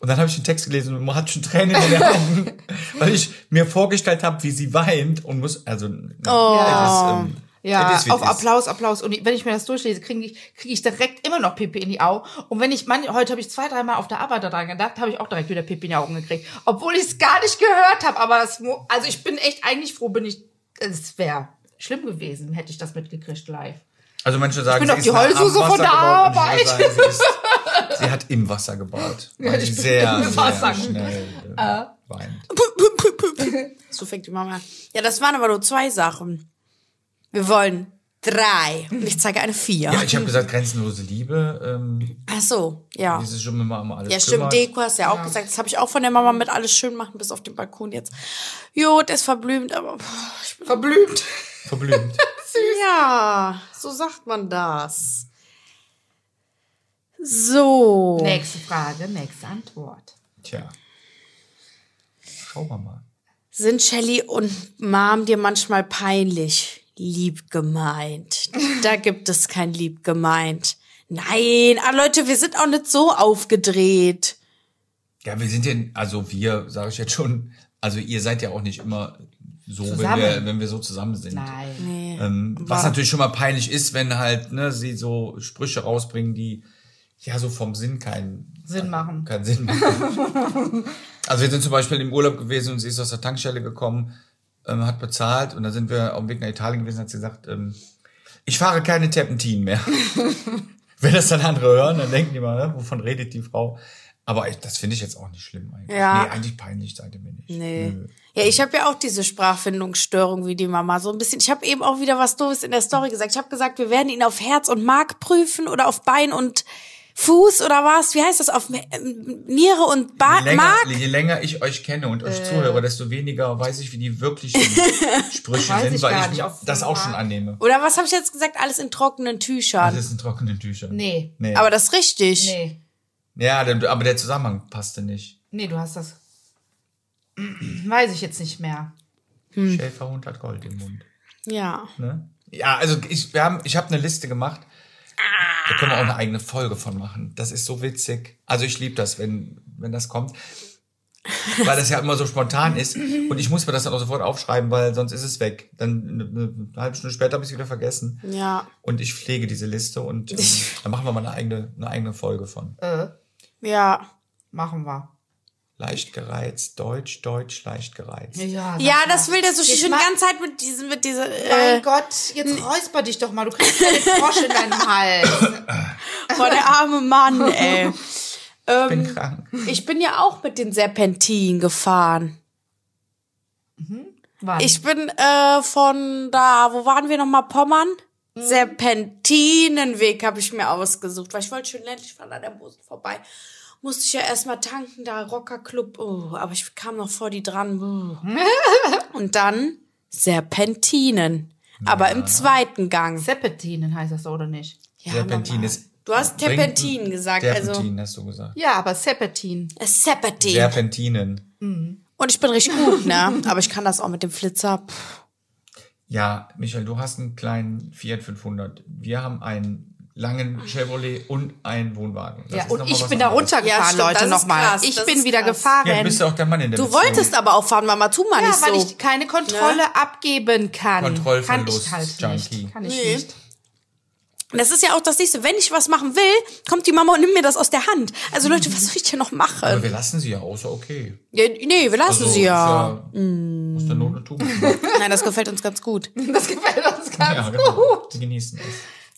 Und dann habe ich den Text gelesen und man hat schon Tränen <laughs> in den Augen, weil ich mir vorgestellt habe, wie sie weint und muss, also, oh. ähm, it Ja, is, wie auf it is. Applaus, Applaus. Und wenn ich mir das durchlese, kriege ich, krieg ich direkt immer noch Pipi in die Augen. Und wenn ich, man, heute habe ich zwei, dreimal auf der Arbeit daran gedacht, habe ich auch direkt wieder Pipi in die Augen gekriegt. Obwohl ich es gar nicht gehört habe. Aber es, mu- also ich bin echt eigentlich froh, bin ich, es wäre schlimm gewesen, hätte ich das mitgekriegt live. Also manche sagen, bin doch die nah am Heulsuse Wasser von der gebaut und ich Arbeit. würde Sagen, sie, ist, sie hat im Wasser gebaut. <laughs> Weil sie ich bin sehr, im sehr Wasser. schnell äh, weint. So fängt die Mama an. Ja, das waren aber nur zwei Sachen. Wir wollen drei. Und ich zeige eine vier. Ja, ich habe gesagt, grenzenlose Liebe, ähm, Ach so, ja. die sich schon immer um alles Ja, stimmt, kümmert. Deko hast du ja auch gesagt. Das habe ich auch von der Mama mit alles schön machen, bis auf den Balkon jetzt. Jo, der ist verblümt, aber boah, ich bin Verblümt. <laughs> Verblümt. Ja, so sagt man das. So. Nächste Frage, nächste Antwort. Tja. Schauen wir mal. Sind Shelly und Mom dir manchmal peinlich? Lieb gemeint. Da gibt es kein lieb gemeint. Nein, ah Leute, wir sind auch nicht so aufgedreht. Ja, wir sind ja, also wir, sage ich jetzt schon, also ihr seid ja auch nicht immer so, wenn Zusammen. wir, wenn wir so zusammen sind. Nein. Ähm, was natürlich schon mal peinlich ist, wenn halt, ne, sie so Sprüche rausbringen, die ja so vom Sinn keinen Sinn machen. Keinen Sinn machen. <laughs> also wir sind zum Beispiel im Urlaub gewesen und sie ist aus der Tankstelle gekommen, ähm, hat bezahlt und dann sind wir auf dem Weg nach Italien gewesen, hat sie gesagt, ähm, ich fahre keine Terpentinen mehr. Wenn das dann andere hören, dann denken die mal, ne, wovon redet die Frau? Aber ich, das finde ich jetzt auch nicht schlimm eigentlich. Ja. Nee, eigentlich peinlich seid ihr mir nicht. Nee. Nö. Ja, ich habe ja auch diese Sprachfindungsstörung wie die Mama so ein bisschen. Ich habe eben auch wieder was Doofes in der Story gesagt. Ich habe gesagt, wir werden ihn auf Herz und Mark prüfen oder auf Bein und Fuß oder was? Wie heißt das? Auf ähm, Niere und ba Je länger, Mark? je länger ich euch kenne und Äh. euch zuhöre, desto weniger weiß ich, wie <laughs> die wirklichen Sprüche Weiß sind, ich weil gar ich nicht, mir auf das auch schon Mark. annehme. Oder was habe ich jetzt gesagt? Alles in trockenen Tüchern. Das ist ein trockenen Tücher. Nee. nee. aber das ist richtig. Nee, Ja, der- aber der Zusammenhang passte nicht. nee, du hast das. <clears throat> Weiß ich jetzt nicht mehr. Hm. Schäferhund hat Gold im Mund. Ja. Ne? Ja, also ich, wir haben, ich habe eine Liste gemacht. Da können wir auch eine eigene Folge von machen. Das ist so witzig. Also ich liebe das, wenn, wenn das kommt. Weil das ja immer so spontan ist. Und ich muss mir das dann auch sofort aufschreiben, weil sonst ist es weg. Dann eine, eine halbe Stunde später habe ich es wieder vergessen. Ja. Und ich pflege diese Liste <laughs> und ähm, dann machen wir mal eine eigene, eine eigene Folge von. Ja. Machen wir. Leicht gereizt, Deutsch, Deutsch, leicht gereizt. Ja, Ja, das will der so Jetzt schon die mach- ganze Zeit mit diesem, mit dieser. Mein Äh, Gott, jetzt räusper dich doch mal. Du kriegst ja den Frosch in deinem Hals. boah, der arme <laughs> Mann, ey. Ich bin krank. Ich bin ja auch mit den Serpentinen gefahren. Wann? <laughs> Ich bin äh, von da, wo waren wir nochmal? Pommern? Serpentinenweg habe ich mir ausgesucht, weil ich wollte schön ländlich fahren an der Mosel vorbei. Musste ich ja erstmal tanken, da Rockerclub. Oh, aber ich kam noch vor die dran. <laughs> Oh. Und dann Serpentinen. Aber im zweiten Gang. Serpentinen heißt das so, oder nicht? Ja, Serpentin Mama. ist Du hast Terpentin gesagt, also Serpentinen hast du gesagt. Ja, aber Seppetin. Äh, Serpentin. Serpentinen. Und ich bin richtig gut, ne? Aber ich kann das auch mit dem Flitzer. Pff. Ja, Michael, du hast einen kleinen Fiat 500. Wir haben einen langen Chevrolet und einen Wohnwagen. Das Ja, ist noch und mal ich was bin da anderes. Ja, runtergefahren, stimmt, das Leute, ist nochmal. krass, Ich das bin ist wieder krass. gefahren. Ja, du bist auch der Mann in der Du Beziehung. wolltest aber auch fahren, Mama, tu mal Ja, nicht so. weil ich keine Kontrolle Ne? abgeben kann. kann Kontrollverlust, ich halt Junkie. nicht. Kann ich Nee. nicht. Und Das ist ja auch das nächste. Wenn ich was machen will, kommt die Mama und nimmt mir das aus der Hand. Also Leute, was soll ich denn noch Aber machen? wir lassen sie ja außer okay. Ja, nee, wir lassen sie ja. ist mm. Aus der Not <laughs> eine Tugend. genau. machen. Nein, das gefällt uns ganz gut. Das gefällt <laughs> uns ganz ja, genau. gut. Sie genießen es.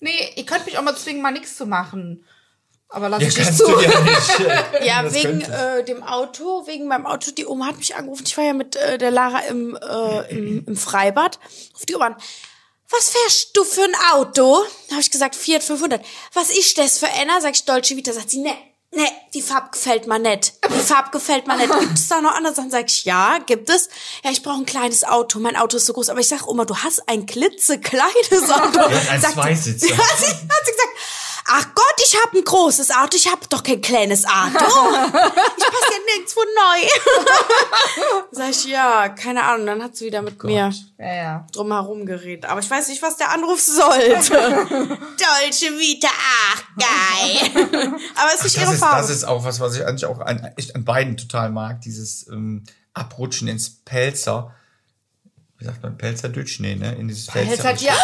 Nee, ihr könnt mich auch mal zwingen, mal nichts zu machen. Aber lass Ja, ich nicht kannst zu. du ja nicht. Ja, Das wegen könnte. äh, dem Auto, wegen meinem Auto. Die Oma hat mich angerufen. Ich war ja mit äh, der Lara im, äh, im, im Freibad. Ruft die Oma an. Was fährst du für ein Auto? Da habe ich gesagt, Fiat 500. Was ist das für einer? Sag ich, Dolce Vita. Sagt sie, ne, ne, die Farbe gefällt mir nicht. Die Farbe gefällt <laughs> mir nicht. Gibt es da noch andere Sachen? Sag ich, ja, gibt es. Ja, ich brauche ein kleines Auto. Mein Auto ist so groß. Aber ich sag, Oma, du hast ein <laughs> klitzekleines Auto. ein Sagt sie- Zweisitzer. Ja, sie, <laughs> hat sie gesagt, ach Gott, ich habe ein großes Auto. Ich habe doch kein kleines Auto. Ich passe ja nirgendwo neu. Sag ich, ja, keine Ahnung. Dann hat sie wieder Oh mit mir <laughs> Ja, ja. drumherum geredet. Aber ich weiß nicht, was der Anruf sollte. Dolce Vita, ach geil. Aber es ist nicht Das ihre ist, das Farbe. ist auch was, was ich eigentlich auch an, echt an beiden total mag. Dieses ähm, Abrutschen ins Pelzer. Wie sagt man? Pelzerdütsch? Nee, ne? In dieses Pelzer. Pelzer- ja.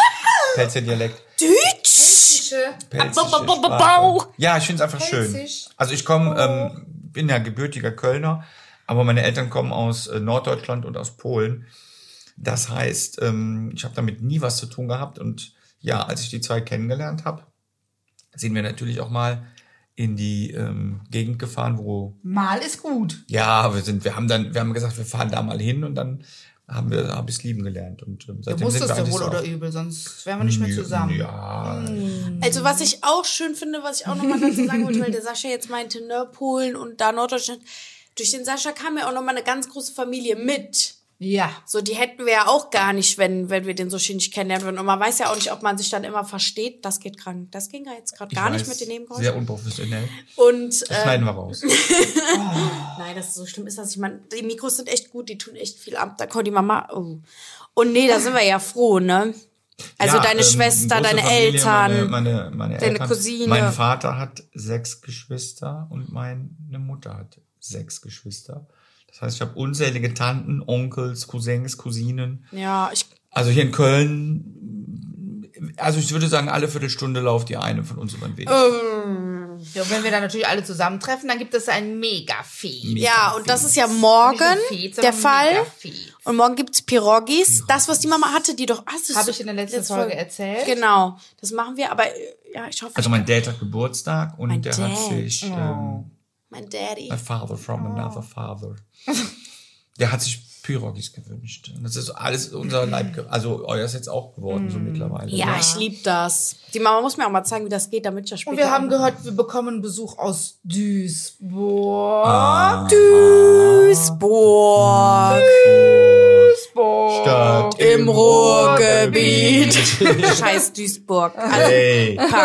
Pelzerdialekt. Dütsch. Pelzische Ab- ab- ab- ab- Sprache. Ja, ich finde es einfach schön. Pelzisch. Also ich Oh. komme, ähm, bin ja gebürtiger Kölner, aber meine Eltern kommen aus äh, Norddeutschland und aus Polen. Das heißt, ähm, ich habe damit nie was zu tun gehabt. Und ja, als ich die zwei kennengelernt habe, sind wir natürlich auch mal in die ähm, Gegend gefahren, wo Mal ist gut. ja, wir sind, wir haben dann, wir haben gesagt, wir fahren da mal hin und dann haben wir, habe ich es lieben gelernt. Und ähm, Du seitdem sind musstest wir du eigentlich wohl so oder übel, sonst wären wir nicht mehr zusammen. Ja, Also was ich auch schön finde, was ich auch nochmal dazu sagen wollte, weil der Sascha jetzt meinte, ne, Polen und da Norddeutschland. Durch den Sascha kam ja auch nochmal eine ganz große Familie mit. Ja. So, die hätten wir ja auch gar nicht, wenn, wenn wir den so schön nicht kennenlernen würden. Und man weiß ja auch nicht, ob man sich dann immer versteht. Das geht krank. Das ging ja jetzt gerade ich gar nicht weiß, mit den Sehr Nebengeräuschen. unprofessionell. Und äh, Schneiden wir raus. nein, das ist so schlimm ist das. Ich meine, die Mikros sind echt gut, die tun echt viel ab. Da kommt die Mama. Oh. Und nee, da sind wir ja froh, ne? Also Ja, deine ähm, Schwester, große deine Familie, äh, Eltern. meine, meine, meine deine Eltern. Cousine. Mein Vater hat sechs Geschwister und meine Mutter hat sechs Geschwister. Das heißt, ich habe unzählige Tanten, Onkels, Cousins, Cousinen. Ja, ich Also hier in Köln, also ich würde sagen, alle Viertelstunde lauft die eine von uns über den Weg. Oh, ja. Und wenn wir dann natürlich alle zusammentreffen, dann gibt es ein Mega-Fee. Ja, und das ist ja Nicht nur morgen Fee, sondern der Fall. Mega-Fee. Und morgen gibt's Pirogis. Das, was die Mama hatte, die doch. ah, Hast du Habe ich in der letzten Folge erzählt. Genau. Das machen wir, aber äh, ja, ich hoffe, Also mein Dad hat Geburtstag und der hat Dad. Oh. sich ähm, mein Daddy. My Father from <laughs> Another Father. Der hat sich Pyrogis gewünscht. Und Das ist alles unser Leib, also euer ist jetzt auch geworden so mittlerweile. Mm. Ja, ich lieb das. Die Mama muss mir auch mal zeigen, wie das geht, damit ich das später. Und wir haben auch- gehört, wir bekommen Besuch aus Duisburg. Ah. Duisburg Duisburg. Stadt im Ruhrgebiet. Scheiß <laughs> Duisburg. Also, <laughs> Hey. <laughs> also,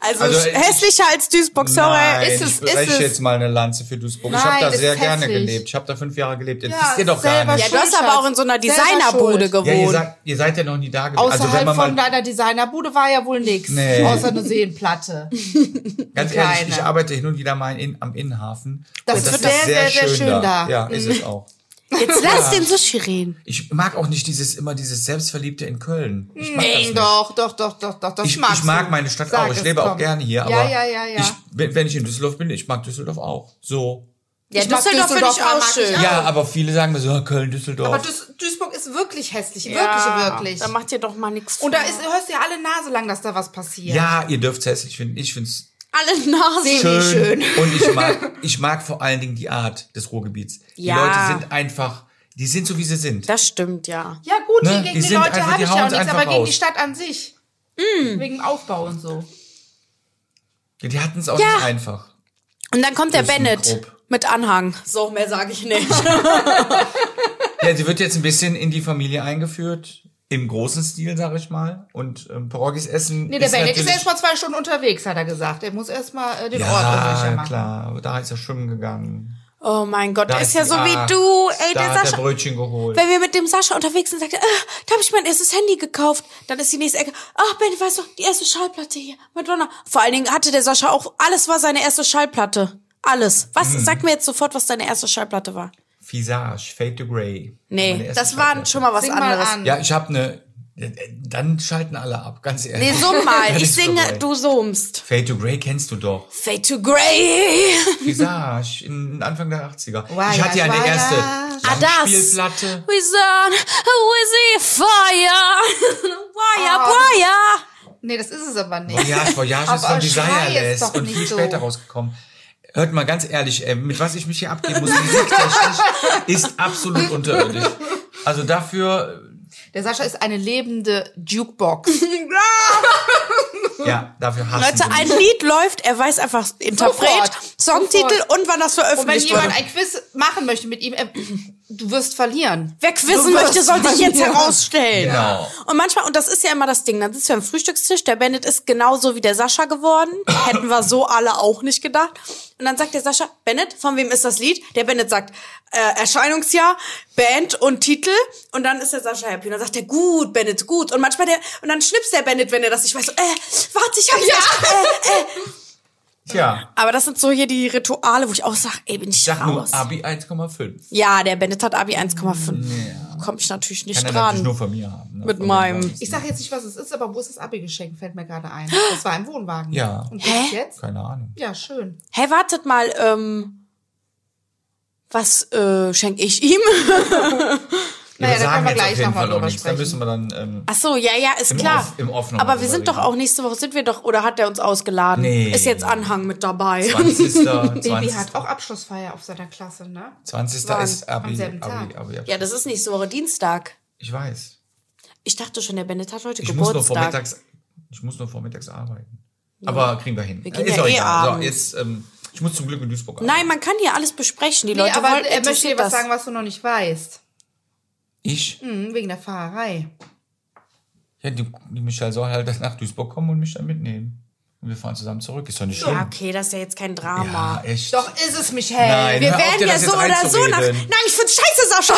Also, ich- hässlicher als Duisburg, sorry. Nein, ist es, ich breche ist es. jetzt mal eine Lanze für Duisburg. ich habe Nein, da das ist sehr gerne hässlich. gelebt. Ich habe da fünf Jahre gelebt. Jetzt Ja, wisst ihr doch gar selber Ja, nicht. du hast aber auch in so einer Selber Designerbude schuld. gewohnt. Ja, ihr, sagt, ihr seid ja noch nie da gewesen. Also wenn Außerhalb man von mal deiner Designerbude war ja wohl nichts. Nee. Außer eine Seenplatte. <laughs> ganz ehrlich, ich Kleine. arbeite hin und wieder mal in, am Innenhafen. Das Und wird sehr, sehr, sehr schön da. Mhm. Ja, ist es auch. Jetzt lass den Sushi reden. Ich mag auch nicht dieses immer dieses selbstverliebte in Köln. Ich mag das Nee, nicht. doch, doch, doch, doch, doch, doch. Ich, ich mag meine Stadt auch. Ich lebe auch gerne hier. Aber Ja, ja, ja, ja. Ich, wenn wenn ich in Düsseldorf bin, ich mag Düsseldorf auch. So. Ja, Ich mag Düsseldorf finde ich Düsseldorf, auch mag ich schön. auch. Ja, aber viele sagen mir so, ah, Köln, Düsseldorf. Aber Duis- Duisburg ist wirklich hässlich. wirklich, Da wirklich. macht ihr doch mal nichts. Und da ist, hörst du ja alle Nase lang, dass da was passiert. ja, ihr dürft es hässlich finden. Ich finde es alle Nase. schön. Und ich <laughs> mag, ich mag vor allen Dingen die Art des Ruhrgebiets. Die Ja. Leute sind einfach, die sind so, wie sie sind. Das stimmt, ja. Ja, gut, Ne, hier gegen die die, sind Leute einfach- habe die ich hauen ja auch uns nichts, einfach aber gegen die raus. Stadt an sich. Mm. Wegen dem Aufbau und so. Die hatten es auch Ja. nicht einfach. Und dann kommt der Bisschen Bennett grob. mit Anhang. So, mehr sage ich nicht. Ja, sie wird jetzt ein bisschen in die Familie eingeführt. Im großen Stil, sag ich mal. Und ähm, Pierogis essen. Nee, der ist Benedikt ist natürlich- erstmal zwei Stunden unterwegs, hat er gesagt. Er muss erstmal äh, den Ort unsicher Ja, machen. Ah, klar. Aber Da ist er schwimmen gegangen. Oh mein Gott, Da der ist ja die so wie Axt. du. Ey, da der hat er Sascha. Brötchen geholt. Wenn wir mit dem Sascha unterwegs sind, sagt er, ah, da habe ich mein erstes Handy gekauft. Dann ist die nächste Ecke, ach Ben, weißt du, die erste Schallplatte hier, Madonna. Vor allen Dingen hatte der Sascha auch, alles war seine erste Schallplatte. Alles. Was, Hm. sag mir jetzt sofort, was deine erste Schallplatte war. Visage, Fade to Grey. Meine Nee, erste das war Schallplatte. schon mal was Sing mal anderes. an. Ja, ich habe eine. äh, Dann schalten alle ab, ganz ehrlich. Nee, summ mal, <laughs> Dann ich ist singe, vorbei. du summst. Fade to Grey kennst du doch. Fade to Grey. Visage, in Anfang der 80er. ich Voyage, hatte ja eine erste voyage. Ah, das. Spielplatte. <laughs> We sun, we see fire. <laughs> Wire, Ah. wire. Nee, das ist es aber nicht. Voyage, Voyage ist Aber schrei von jetzt Desireless doch und nicht viel so. später rausgekommen. Hört mal ganz ehrlich, äh, mit was ich mich hier abgeben muss, musiktechnisch, ist absolut unterirdisch. Also dafür, Der Sascha ist eine lebende <laughs> Jukebox. äh, ja, dafür hassen Leute, sie mich. ein Lied läuft, er weiß einfach Interpret, Sofort. Songtitel Sofort. und wann das Und wenn veröffentlicht jemand wurde. ein Quiz machen möchte mit ihm, er, du wirst verlieren. Wer quizzen Du wirst möchte, sollte ich jetzt verlieren. herausstellen. Genau. Und manchmal, und das ist ja immer das Ding, dann sitzen wir am Frühstückstisch, der Bennett ist genauso wie der Sascha geworden. Hätten wir so alle auch nicht gedacht. Und dann sagt der Sascha, Bennett, von wem ist das Lied? Der Bennett sagt, äh, Erscheinungsjahr, Band und Titel. Und dann ist der Sascha happy. Und dann sagt er, gut, Bennett, gut. Und manchmal der, und dann schnippst der Bennett, wenn er das nicht weiß. So, äh, warte, ich hab's ja. äh, äh. Tja, Aber das sind so hier die Rituale, wo ich auch sag, ey, bin ich ich sag raus. nur Abi 1,5. Ja, der Bennett hat Abi 1,5. Komm ich natürlich nicht Kann er dran. natürlich nur von mir haben. ne? Mit Von meinem. mir Ich sage jetzt nicht, was es ist, aber wo ist das Abi-Geschenk? Fällt mir gerade ein. Das war im Wohnwagen. Ja. Und das ist jetzt? Keine Ahnung. Ja, schön. Hä, hey, wartet mal, ähm, was äh, schenke ich ihm? <laughs> Ja, Naja, wir da sagen können wir jetzt gleich auf jeden nochmal Fall auch drüber nichts. Da sprechen. müssen wir dann. Ähm, <laughs> Ach so, ja, ja, ist Im klar. Off- im Off noch mal Aber wir drüber sind doch reden. auch nächste Woche sind wir doch oder hat er uns ausgeladen? Nee. Ist jetzt Anhang mit dabei. <laughs> 20. Baby 20. hat auch Abschlussfeier auf seiner Klasse, ne? 20. Wann? ist Abi. Am selben Abi, Tag. Abi, Abi. Ja, das ist nächste Woche Dienstag. Ich weiß. Ich dachte schon, der Bennett hat heute Ich muss, nur Geburtstag. vormittags, ich muss nur vormittags arbeiten. Aber kriegen wir hin. Wir gehen ist ja auch eh egal. abends. So, jetzt, ähm, ich muss zum Glück in Duisburg arbeiten. Nein, man kann hier alles besprechen. Die Nee, Leute aber wollen er möchte dir interessiert was das. sagen, was du noch nicht weißt. Ich? Hm, wegen der Fahrerei. Ja, die, die Michelle soll halt <laughs> nach Duisburg kommen und mich dann mitnehmen. Und wir fahren zusammen zurück. Ist doch nicht schlimm. ja, okay, das ist ja jetzt kein Ja, Drama. echt. Doch ist es, Michael. Nein, Wir hör auf, dir werden ja das so jetzt oder so nach. einzureden. Nein, ich find's scheiße, <laughs> Sascha.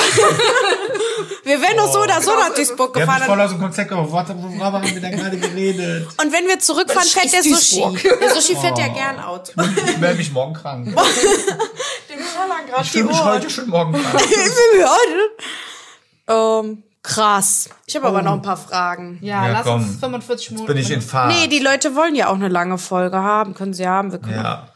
wir werden doch so Oh, oder so nach Duisburg Wir haben gefahren. mich voll aus dem Konzept gebracht. Warte, Worüber haben wir denn <laughs> gerade geredet? Und wenn wir zurückfahren, fährt der Sushi. Duisburg. Der Sushi fährt ja gern Auto. Oh. <laughs> Ich melde mich morgen krank. Dem schallern gerade Ich fühle mich heute schon <laughs> morgen krank. ähm, krass. Ich habe Oh. aber noch ein paar Fragen. Ja, Ja, lass komm. uns 45 Minuten. Bin ich in Fahrt. Nee, die Leute wollen ja auch eine lange Folge haben. Können sie haben. Wir können ja.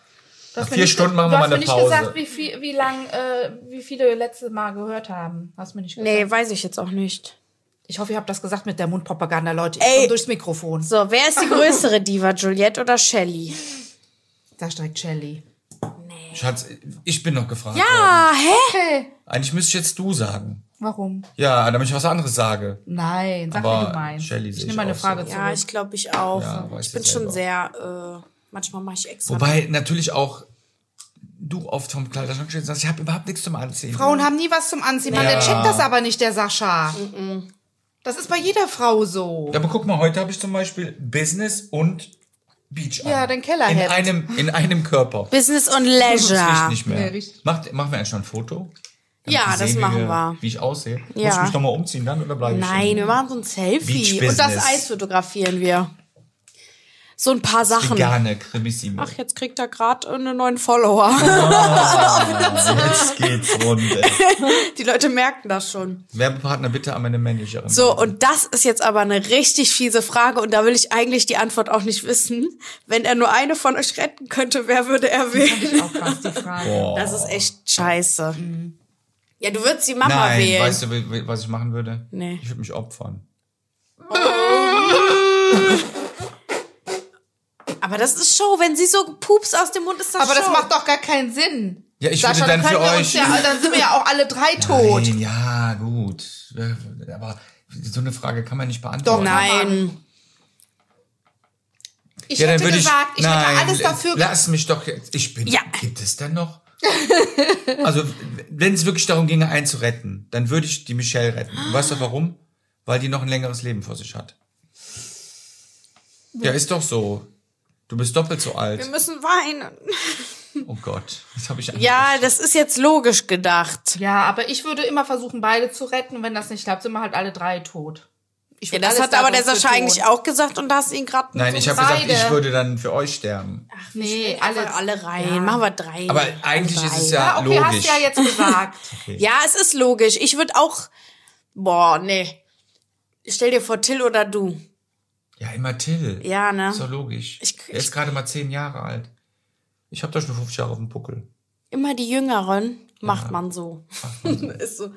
Du hast Nach mir vier nicht- Stunden machen du wir mal hast mir eine nicht Pause. gesagt, wie, viel, wie lang, äh, wie viele wir letzte Mal gehört haben. Hast mir nicht gesagt. Nee, weiß ich jetzt auch nicht. Ich hoffe, ihr habt das gesagt mit der Mundpropaganda, Leute. Ich Ey. komm durchs Mikrofon. So. So, wer ist die größere Diva, Juliette oder Shelley? Da steigt Shelley. Schatz, ich bin noch gefragt. worden. Ah, hä? Okay. Eigentlich müsste ich jetzt du sagen. Warum? Ja, damit ich was anderes sage. Nein, sag Aber mir du meinst. Shelley ich sehe nehme ich meine auch Frage so. zurück. Ja, ich glaube, ich auch. Ja, weiß ich bin ich schon selber. sehr, äh, manchmal mache ich extra. Wobei natürlich auch du auf Tom Kleiderschrank stehst und sagst, ich habe überhaupt nichts zum Anziehen. Frauen haben nie was zum Anziehen. Mann, der checkt das aber nicht, der Sascha. Das ist bei jeder Frau so. Ja, aber guck mal, heute habe ich zum Beispiel Business und Beach an. Ja, dein Kellerhemd. In einem, in einem Körper. Business und Das riecht Leisure. nicht mehr. Nee, riecht- Macht, machen wir eigentlich schon ein Foto? Damit Ja, das die sehen, wie machen wir- wir. Wie ich aussehe. Ja. Muss ich mich nochmal umziehen dann oder bleibe ich? Nein, wir machen so ein Selfie. Beach Und das Business. Eis fotografieren wir. So ein paar Sachen. ne. Vegane Kremissimo. Ach, jetzt kriegt er gerade einen neuen Follower. Oh, <laughs> Jetzt geht's rund. ey. Die <laughs> Leute merken das schon. Werbepartner bitte an meine Managerin. So, und das ist jetzt aber eine richtig fiese Frage und da will ich eigentlich die Antwort auch nicht wissen. Wenn er nur eine von euch retten könnte, wer würde <laughs> er wählen? Auch krass, die Frage. Das ist echt scheiße. Ja, du würdest die Mama Nein, wählen. weißt du, we- we- was ich machen würde? Nee. Ich würde mich opfern. aber das ist Show, wenn sie so pups aus dem Mund ist, das Aber Show. das macht doch gar keinen Sinn. Ja, ich Sascha, würde dann dann für können wir euch. uns ja, dann sind wir ja auch alle drei tot. Nein, ja, gut. Äh, Aber so eine Frage kann man nicht Doch, beantworten. Nein. Ich Ja, dann hätte würde ich, gesagt, ich nein, hätte alles dafür ge- Lass mich doch jetzt. Ich bin. Ja. Gibt es <laughs> denn noch? Also, wenn es wirklich darum ginge, einen zu retten, dann würde ich die Michelle retten. Und weißt du warum? weil die noch ein längeres Leben vor sich hat. Ja, ist doch so. Du bist doppelt so Wir alt. Ähm, müssen weinen. Oh Gott, das habe ich Ja, das ist jetzt logisch gedacht. Ja, aber ich würde immer versuchen, beide zu retten. Und wenn das nicht klappt, sind wir halt alle drei tot. Ich Ja, würd das alles hat aber der dadurch Sascha für eigentlich tot. auch gesagt und da hast du ihn gerade Nein, ich habe beide. gesagt, ich würde dann für euch sterben. Nee, alle, alle. alle rein. Machen wir drei. Aber eigentlich ist es ja Ah, okay, logisch. hast du ja jetzt <laughs> gesagt. Ja, es ist logisch. Ich würde auch. Boah, nee. Stell dir vor, Till oder du. Ja, immer Till. Ja, ne? Ist doch logisch. Ich- er ist gerade mal zehn Jahre alt. Ich habe doch schon 50 Jahre auf dem Buckel. Immer die Jüngeren macht man so. <laughs> ist so.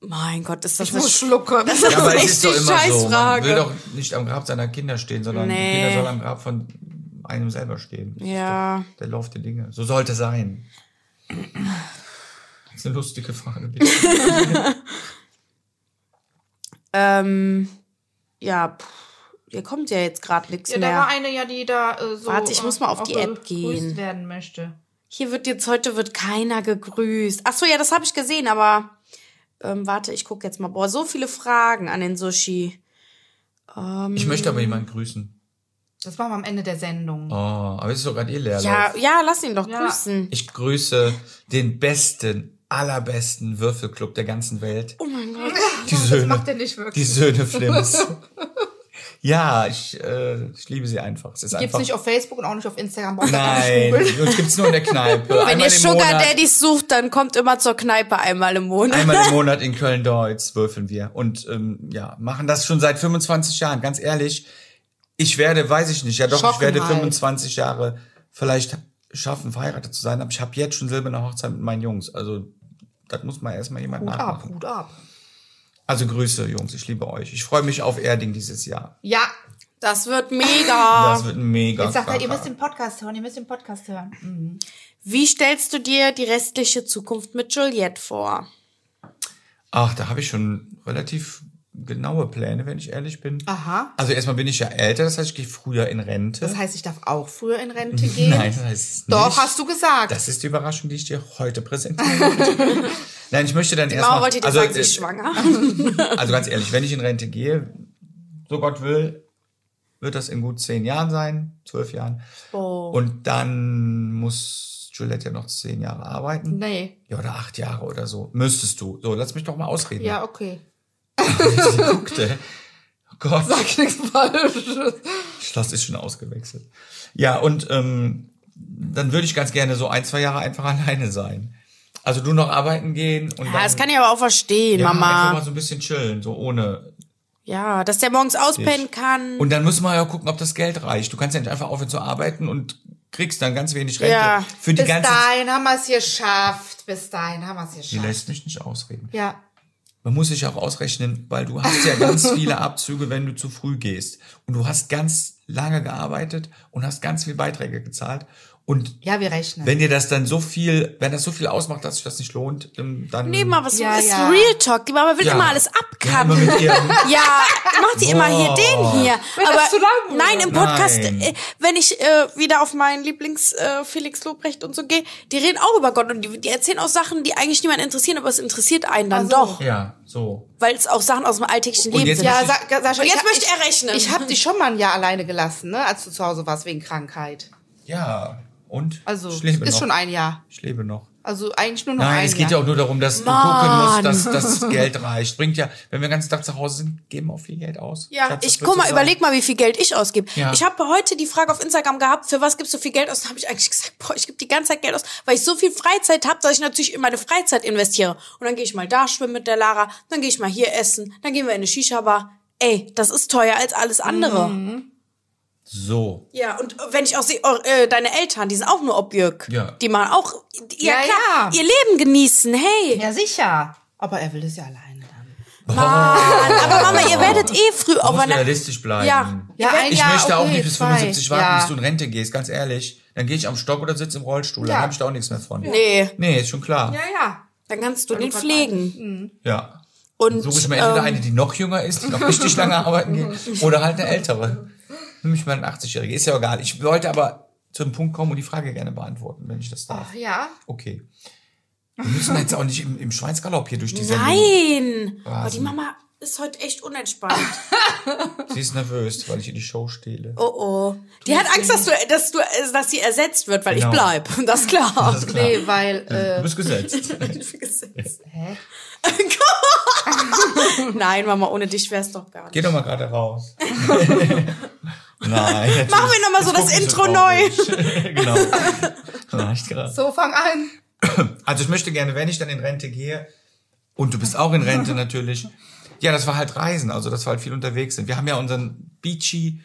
Mein Gott, ist das eine schlucken. Das ist Ja, aber es ist echt die doch immer so. Man will Scheißfrage. doch nicht am Grab seiner Kinder stehen, sondern Nee. die Kinder sollen am Grab von einem selber stehen. Das ist Ja. Doch der Lauf der Dinge. So sollte sein. Das ist eine lustige Frage. <laughs> bitte. Ähm, ja, pff, hier kommt ja jetzt gerade nichts Ja, da mehr. war eine ja, die da äh, so. Warte, ich äh, muss mal auf die auch App begrüßt gehen. werden möchte. Hier wird jetzt heute wird keiner gegrüßt. Ach so, ja, das habe ich gesehen, aber ähm, warte, ich gucke jetzt mal. Boah, so viele Fragen an den Sushi. Ich möchte aber jemanden grüßen. Das machen wir am Ende der Sendung. Oh, aber es ist doch gerade eh leer. Ja, ja, lass ihn doch Ja. grüßen. Ich grüße den besten, allerbesten Würfelclub der ganzen Welt. Oh mein Gott. Die Söhne, macht er nicht wirklich. Die <laughs> Söhne Flimms. ja, ich, äh, ich liebe sie einfach. Es ist Gibt's einfach. nicht auf Facebook und auch nicht auf Instagram. braucht ihr gar <laughs> nicht Nein, <laughs> googeln. uns gibt's nur in der Kneipe. Wenn einmal ihr im Sugar Monat, Daddies sucht, dann kommt immer zur Kneipe einmal im Monat. Einmal <laughs> im Monat in Köln-Deutz würfeln wir. Und ähm, ja, machen das schon seit 25 Jahren. Ganz ehrlich, ich werde, weiß ich nicht, ja doch, ich Schocken werde halt. 25 Jahre vielleicht schaffen, verheiratet zu sein. Aber ich habe jetzt schon silberne Hochzeit mit meinen Jungs. Also, das muss mal erstmal jemand Hut ab, nachmachen. Hut ab. Also Grüße, Jungs, ich liebe euch. Ich freue mich auf Erding dieses Jahr. Ja, Das wird mega. Das wird ein mega. jetzt sagt er, ihr Kracher. müsst den Podcast hören, ihr müsst den Podcast hören. Mhm. Wie stellst du dir die restliche Zukunft mit Juliette vor? Ach, da habe ich schon relativ genaue Pläne, wenn ich ehrlich bin. Aha. Also erstmal bin ich ja älter, das heißt, ich gehe früher in Rente. Das heißt, ich darf auch früher in Rente gehen. <laughs> Nein, das heißt es Doch, nicht. hast du gesagt. Das ist die Überraschung, die ich dir heute präsentiere. Nein, ich möchte dann erstmal. Mama wollte dir also, sagen, sie äh, ist schwanger. <laughs> also ganz ehrlich, wenn ich in Rente gehe, so Gott will, wird das in gut zehn Jahren sein, zwölf Jahren. Und dann muss Juliette ja noch zehn Jahre arbeiten. nee. Ja, oder acht Jahre oder so. Müsstest du. So, lass mich doch mal ausreden. Ja, okay. Sie guckte. Oh Gott, Sag nichts Falsches. das ist schon ausgewechselt. Ja, und ähm, dann würde ich ganz gerne so ein, zwei Jahre einfach alleine sein. Also du noch arbeiten gehen und Ja, dann das kann ich aber auch verstehen, ja, einfach Mama. mal so ein bisschen chillen, so ohne. Ja, dass der morgens auspennen kann. Und dann müssen wir ja gucken, ob das Geld reicht. Du kannst ja nicht einfach aufhören zu arbeiten und kriegst dann ganz wenig Rente. Ja, Für die Bis ganze dahin haben wir es geschafft. Bis dahin haben wir es Die geschafft. lässt mich nicht ausreden. Ja. Man muss sich auch ausrechnen, weil du hast <laughs> ja ganz viele Abzüge, wenn du zu früh gehst. Und du hast ganz lange gearbeitet und hast ganz viel Beiträge gezahlt. Und Ja, wir rechnen. wenn dir das dann so viel, wenn das so viel ausmacht, dass sich das nicht lohnt, dann. dann Nee, Mama, was Ja, ist ja. Real Talk? Die Mama will Ja. immer alles Ja, immer abkappen. mit <laughs> ihrem, Ja, macht die immer hier den hier. Wenn das aber zu lang wird. nein, im Podcast, Nein. äh, wenn ich äh, wieder auf meinen Lieblings äh, Felix Lobrecht und so gehe, die reden auch über Gott und die, die erzählen auch Sachen, die eigentlich niemanden interessieren, aber es interessiert einen dann doch, ja, so. weil es auch Sachen aus dem alltäglichen Und Leben jetzt sind. ja, möchte Sa- Sascha, Und jetzt ich, hab- möchte ich, er rechnen. Ich habe dich schon mal ein Jahr alleine gelassen, ne, als du zu Hause warst wegen Krankheit. Ja. Und? Also ich ist lebe noch. schon ein Jahr. Ich lebe noch. Also eigentlich nur noch ein Nein, es geht ja Jahr. um auch nur darum, dass du gucken musst, dass das Geld reicht. Bringt ja, wenn wir den ganzen Tag zu Hause sind, geben wir auch viel Geld aus. Ja, Statt das ich guck mal, zu sagen. überleg mal, wie viel Geld ich ausgebe. Ja. Ich habe heute die Frage auf Instagram gehabt, für was gibst du viel Geld aus? Da habe ich eigentlich gesagt, boah, ich gebe die ganze Zeit Geld aus, weil ich so viel Freizeit habe, dass ich natürlich in meine Freizeit investiere. Und dann gehe ich mal da schwimmen mit der Lara, dann gehe ich mal hier essen, dann gehen wir in eine Shisha-Bar. Ey, das ist teuer als alles andere. So. Ja, und wenn ich auch sehe, eure- äh, deine Eltern, die sind auch nur Objörg. Ja. Die machen auch ihr, Ja, klar, ja. ihr Leben genießen, hey. Ja, sicher. Aber er will es ja alleine dann. Aber Mama, ihr werdet eh früh Man muss aufeinander... realistisch bleiben. Ja. Ja, ein Ich Jahr, möchte okay, auch nicht bis zwei. 75 warten, ja. bis du in Rente gehst, ganz ehrlich. Dann gehe ich am Stock oder sitze im Rollstuhl, dann Ja. habe ich da auch nichts mehr von. Nee, Nee, ist schon klar. Ja. Ja, ja. dann kannst du den pflegen. Dann Und ähm, Suche ich mir entweder eine, die noch jünger ist, die noch richtig lange arbeiten <laughs> geht, oder halt eine ältere. Nimm ich mal eine 80-Jährige, ist ja egal. Ich wollte aber zu einem Punkt kommen und die Frage gerne beantworten, wenn ich das darf. Ach ja. Okay. Wir müssen jetzt auch nicht im, im Schweinsgalopp hier durch die Sendung. nein! Oh, die Rasen. Mama ist heute echt unentspannt. Sie ist nervös, weil ich ihr die Show stehle. <laughs> Oh oh. Die hat Angst, dass du, dass du, dass sie ersetzt wird, weil Genau. ich bleib. <laughs> Das ist klar. Das ist klar. Nee, weil, Du äh, <laughs> bist gesetzt. Nein, Mama, ohne dich wär's doch gar nicht. Geh doch mal gerade <laughs> raus. Nein. jetzt- Machen wir noch mal so jetzt das Intro <laughs> gucken wir <laughs> so traurig. genau. Nicht gerade. so fang an. Also ich möchte gerne, wenn ich dann in Rente gehe, und du bist auch <laughs> in Rente natürlich, ja, das war halt Reisen, also dass wir halt viel unterwegs sind. Wir haben ja unseren Beachy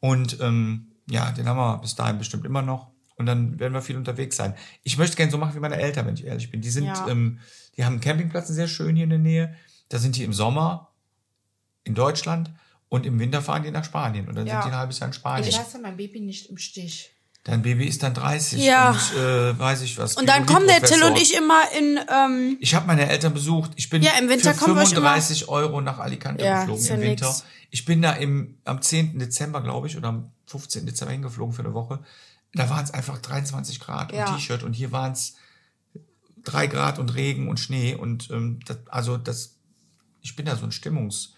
und ähm, ja, den haben wir bis dahin bestimmt immer noch. Und dann werden wir viel unterwegs sein. Ich möchte gerne so machen wie meine Eltern, wenn ich ehrlich bin. Die sind, Ja. ähm, die haben einen Campingplatz, einen sehr schön hier in der Nähe. Da sind die im Sommer in Deutschland und im Winter fahren die nach Spanien. Und dann Ja. sind die ein halbes Jahr in Spanien. Ich lasse mein Baby nicht im Stich. Dein Baby ist dann 30 Ja. und äh, weiß ich was. Und dann kommen der Till Biologieprofessor. und ich immer in, ähm, Ich habe meine Eltern besucht. Ich bin Ja, im Winter für kommen wir euch immer- 35 Euro nach Alicante Ja, geflogen ist ja im Winter. nix. Ich bin da im, am 10. Dezember, glaube ich, oder am 15. Dezember hingeflogen für eine Woche. Da waren es einfach 23 Grad Ja. und T-Shirt und hier waren es 3 Grad und Regen und Schnee und ähm, das, also das, ich bin da so ein Stimmungs,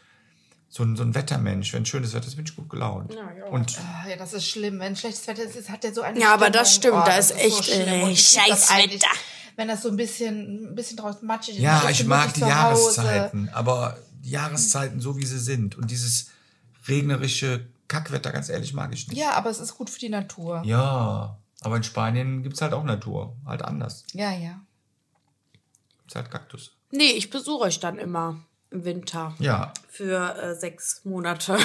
so ein, so ein Wettermensch. Wenn schönes Wetter ist, bin ich gut gelaunt. Und Ah, ja, das ist schlimm. Wenn schlechtes Wetter ist, hat der so eine Ja, aber das Stimmung. Oh, stimmt, da ist so echt, schlimm. äh, Und ich lieb das scheiß eigentlich, Wetter. Wenn das so ein bisschen, ein bisschen draus matschig ist. Ja, Man ist ich mag gemütlich die zu Hause. Jahreszeiten, aber die Jahreszeiten so wie sie sind und dieses regnerische Kackwetter, ganz ehrlich, mag ich nicht. Ja, aber es ist gut für die Natur. Ja, aber in Spanien gibt's halt auch Natur, halt anders. Ja, ja. Gibt's halt Kaktus. nee, ich besuche euch dann immer im Winter Ja, für äh, sechs Monate.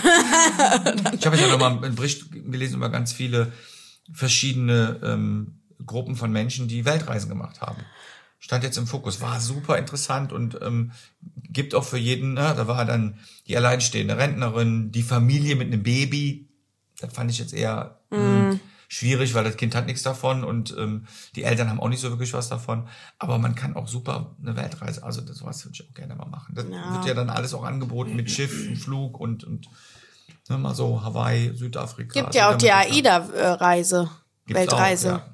ich habe jetzt auch noch mal einen Bericht gelesen über ganz viele verschiedene ähm, Gruppen von Menschen, die Weltreisen gemacht haben. Stand jetzt im Fokus, war super interessant und ähm, gibt auch für jeden, ne, da war dann die alleinstehende Rentnerin, die Familie mit einem Baby. Das fand ich jetzt eher mh, schwierig, weil das Kind hat nichts davon und ähm, die Eltern haben auch nicht so wirklich was davon. Aber man kann auch super eine Weltreise, also das was würde ich auch gerne mal machen. Das wird ja dann alles auch angeboten mit Schiff, und Flug und, und ne, mal so Hawaii, <laughs> Südafrika. Gibt ja auch die Südamerika. AIDA-Reise, Gibt's Weltreise. Auch, ja.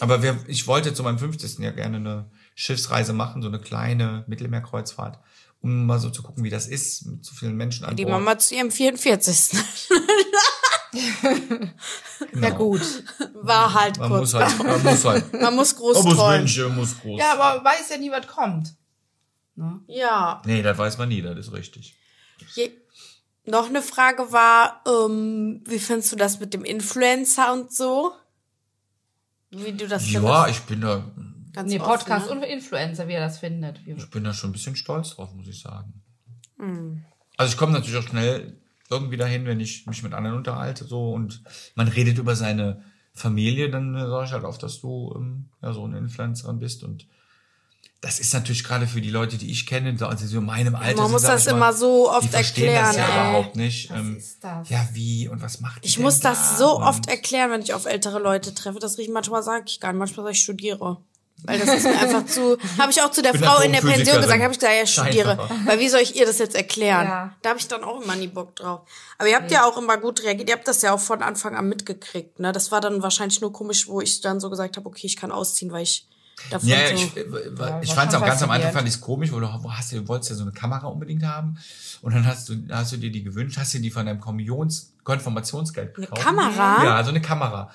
Aber wir, ich wollte zu meinem 50. ja gerne eine Schiffsreise machen, so eine kleine Mittelmeerkreuzfahrt, um mal so zu gucken, wie das ist, mit so vielen Menschen an Die Bord. Mama zu ihrem 44. genau. <laughs> ja gut. War halt Man kurz. <laughs> muss halt, man muss halt. Man muss groß Man muss träumen. Mensch, man muss groß. Ja, aber man weiß ja nie, was kommt. Ja. nee, das weiß man nie, das ist richtig. Je noch eine Frage war, ähm, wie findest du das mit dem Influencer und so? Wie du das Ja, ich bin da, Ganz Nee, offen, Podcast ne? und Influencer, wie er das findet. Wie- ich bin da schon ein bisschen stolz drauf, muss ich sagen. Mhm. Also ich komme natürlich auch schnell irgendwie dahin, wenn ich mich mit anderen unterhalte, so und man redet über seine Familie, dann äh, sage ich halt auf, dass du ähm, ja so eine Influencerin bist und das ist natürlich gerade für die Leute, die ich kenne, so- also so in meinem Alter. muss sag das ich mal, immer so oft die verstehen Das erklären, ja ey. überhaupt nicht. Was ähm, ist das? Ja, wie und was macht die Ich denn muss da? das so Und- oft erklären, wenn ich auf ältere Leute treffe. Das riecht manchmal, sage ich gar nicht. Manchmal sage ich, studiere. Weil das <laughs> ist mir einfach zu. Habe ich auch zu der Bin Frau in der Pension Atomphysikerin. gesagt, habe ich gesagt, ja, ich studiere. Scheinbar. Weil wie soll ich ihr das jetzt erklären? Ja. Da habe ich dann auch immer nie Bock drauf. Aber ihr habt ja auch immer gut reagiert. Ihr habt das ja auch von Anfang an mitgekriegt. Ne? Das war dann wahrscheinlich nur komisch, wo ich dann so gesagt habe, okay, ich kann ausziehen, weil ich davon Ja, ja, so. ich, äh, w- w- ich war fand's schon auch ganz am Anfang faszinierend. fand ich's komisch, weil du wo hast du wolltest ja so eine Kamera unbedingt haben und dann hast du hast du dir die gewünscht, hast dir die von deinem Kommunions Konfirmationsgeld gekauft. Kamera? Ja, so eine Kamera.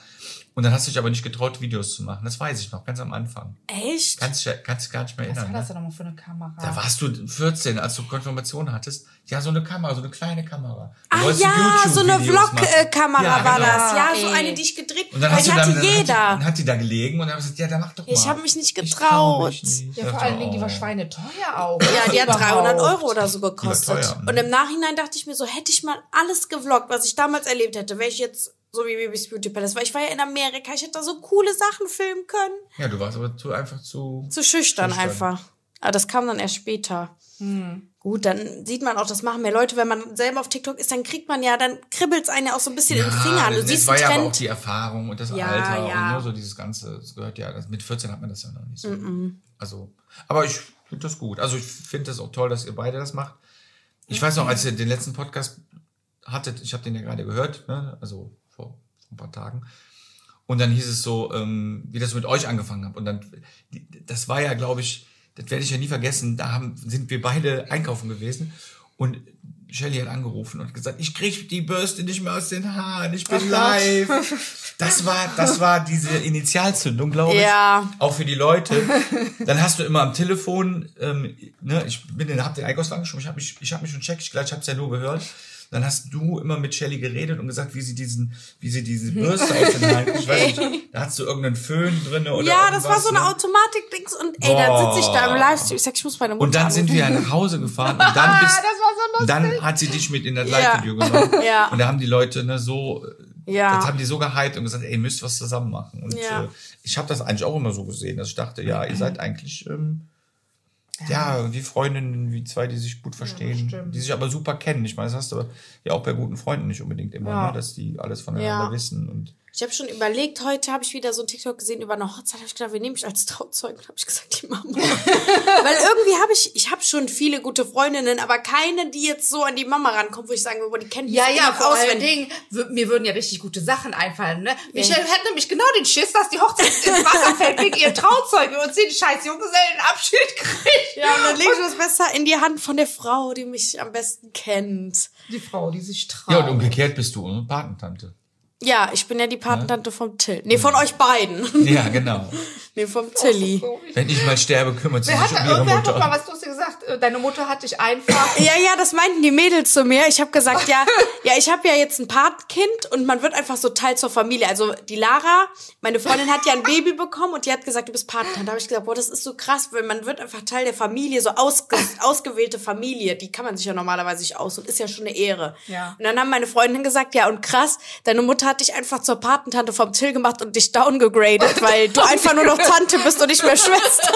Und dann hast du dich aber nicht getraut, Videos zu machen. Das weiß ich noch, ganz am Anfang. Echt? Kannst dich kannst dich gar nicht mehr Was erinnern. war das Ne? denn nochmal für eine Kamera? Da warst du 14, als du Konfirmation hattest. Ja, so eine Kamera, so eine kleine Kamera. Du Ah wolltest ja, so eine YouTube-Videos machen. Vlog-Kamera Ja, war genau. das. Ja, so Ey. eine, die ich gedreht. Und dann weil hast die du hatte dann, dann, jeder. Hat, die- dann hat die da gelegen und dann hast du gesagt, ja, dann mach doch mal. Ich hab mich nicht Ich trau mich getraut. nicht. ja, Ich vor dachte, allen Dingen, die war oh. schweineuteuer auch. Ja, die hat Überhaupt. 300 Euro oder so Die gekostet. war teuer, ne? Und im Nachhinein dachte ich mir so, hätte ich mal alles gevloggt, was ich damals erlebt hätte, wäre ich jetzt so wie Baby's Beauty Palace, weil ich war ja in Amerika, ich hätte da so coole Sachen filmen können. Ja, du warst aber zu, einfach zu. Zu schüchtern, Schüchtern. einfach. Aber das kam dann erst später. Gut, dann sieht man auch, das machen mehr Leute, wenn man selber auf TikTok ist, dann kriegt man ja, dann kribbelt's einen ja auch so ein bisschen in den Fingern. Du das siehst war einen ja aber auch Trend. die Erfahrung und das Ja, Alter ja. und nur so dieses Ganze, das gehört ja, das, mit 14 hat man das ja noch nicht so. Also, aber ich finde das gut. Also ich finde das auch toll, dass ihr beide das macht. Mhm. Ich weiß noch, als ihr den letzten Podcast hattet, ich habe den ja gerade gehört, ne? also vor ein paar Tagen. Und dann hieß es so, ähm, wie das mit euch angefangen hat. Und dann, die- das war ja, glaube ich, das werde ich ja nie vergessen, da haben, sind wir beide einkaufen gewesen. Und Shelly hat angerufen und gesagt, ich krieg die Bürste nicht mehr aus den Haaren, ich bin live. Das war, das war diese Initialzündung, glaube ich. Ja. Auch für <laughs> die Leute. Dann hast du immer am Telefon, ähm, ne, ich bin, in- hab den Einkaufswagen geschoben, ich habe mich, ich habe mich schon checkt, ich glaube, ich habe es ja nur gehört. Dann hast du immer mit Shelly geredet und gesagt, wie sie diesen, wie sie <laughs> diese Bürste aus den Haaren, ich weiß nicht, da hast du irgendeinen Föhn drinne oder Ja, das war irgendwas, so eine ne? Automatik-Dings und ey, dann sitze ich da im Livestream. Ich sag, ich muss meine Mutter Und dann sind wir ja nach Hause gefahren <laughs> und dann bist, war so dann hat sie dich mit in das Live-Video genommen. <laughs> Ja. Und da haben die Leute ne, so, Ja. das haben die so gehypt und gesagt, ey, ihr müsst was zusammen machen. Und Ja. äh, ich habe das eigentlich auch immer so gesehen, dass ich dachte, ja, ihr seid eigentlich ähm, ja. wie Freundinnen, wie zwei, die sich gut verstehen, die sich aber super kennen. Ich meine, das hast du ja auch bei guten Freunden nicht unbedingt immer, ne, dass die alles voneinander Ja. wissen. Und Ich habe schon überlegt, heute habe ich wieder so ein TikTok gesehen über eine Hochzeit. Hab ich gedacht, wir nehmen mich als Trauzeugen. Habe ich gesagt, die <laughs> Mama. Weil irgendwie habe ich, ich habe schon viele gute Freundinnen, aber keine, die jetzt so an die Mama rankommt, wo ich sagen würde, die kennen die Ja, ja, in- vor allen Dingen, wür- mir würden ja richtig gute Sachen einfallen, ne? Michelle hat nämlich genau den Schiss, dass die Hochzeit ins Wasser fällt wegen ihr Trauzeuge und sie den scheiß Junggesellenabschied kriegt. Ja, und dann lege ich das besser in die Hand von der Frau, die mich am besten kennt. Die Frau, die sich traut. ja, und umgekehrt bist du unsere Patentante. Ja, ich bin ja die Patentante vom Till. Nee, von euch beiden. Ja, genau. <laughs> Nee, vom Tilly. <laughs> Wenn ich mal sterbe, kümmert sie Wer sich hat, um ihre irgendwer hat doch mal Mutter. was Lustiges gesagt. äh, Deine Mutter hat dich einfach. Ja, ja, das meinten die Mädels zu mir. Ich habe gesagt, ja, ja, ich habe ja jetzt ein Patenkind und man wird einfach so Teil zur Familie. Also die Lara, meine Freundin hat ja ein Baby bekommen und die hat gesagt, du bist Patentante. Da habe ich gesagt, boah, das ist so krass, weil man wird einfach Teil der Familie, so ausge ausgewählte Familie. Die kann man sich ja normalerweise nicht aus und ist ja schon eine Ehre. Ja. Und dann haben meine Freundin gesagt, ja, und krass, deine Mutter hat dich einfach zur Patentante vom Till gemacht und dich downgegradet, weil du einfach nur noch Tante bist und nicht mehr Schwester.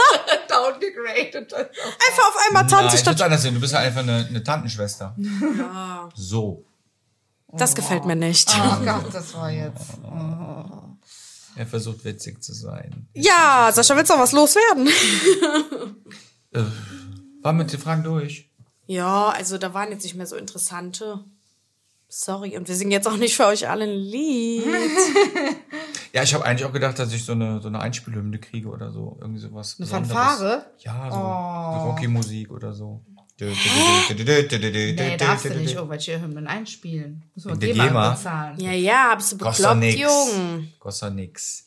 downgegradet. Einfach auf einmal Nein, Tante ich statt. würde anders sehen. Du bist ja einfach eine, eine Tantenschwester. So. Das gefällt mir nicht. Oh Gott, das war jetzt. Mm, Er versucht witzig zu sein. Ja, Sascha, willst du noch was loswerden? Waren wir mit den Fragen durch? Ja, also da waren jetzt nicht mehr so interessante. Sorry, und wir singen jetzt auch nicht für euch alle ein Lied. Ja, ich habe eigentlich auch gedacht, dass ich so eine, so eine Einspielhymne kriege oder so. Irgendwie sowas. Eine Fanfare? Ja, so Oh. Rocky-Musik oder so. Nee, Nee, darfst du um- nicht irgendwelche Hymnen einspielen. Muss man Der GEMA GEMA. bezahlen. <laughs> Ja, ja, bist du Kostet doch bekloppt, nix. Jung. Ah. Kostet doch nix.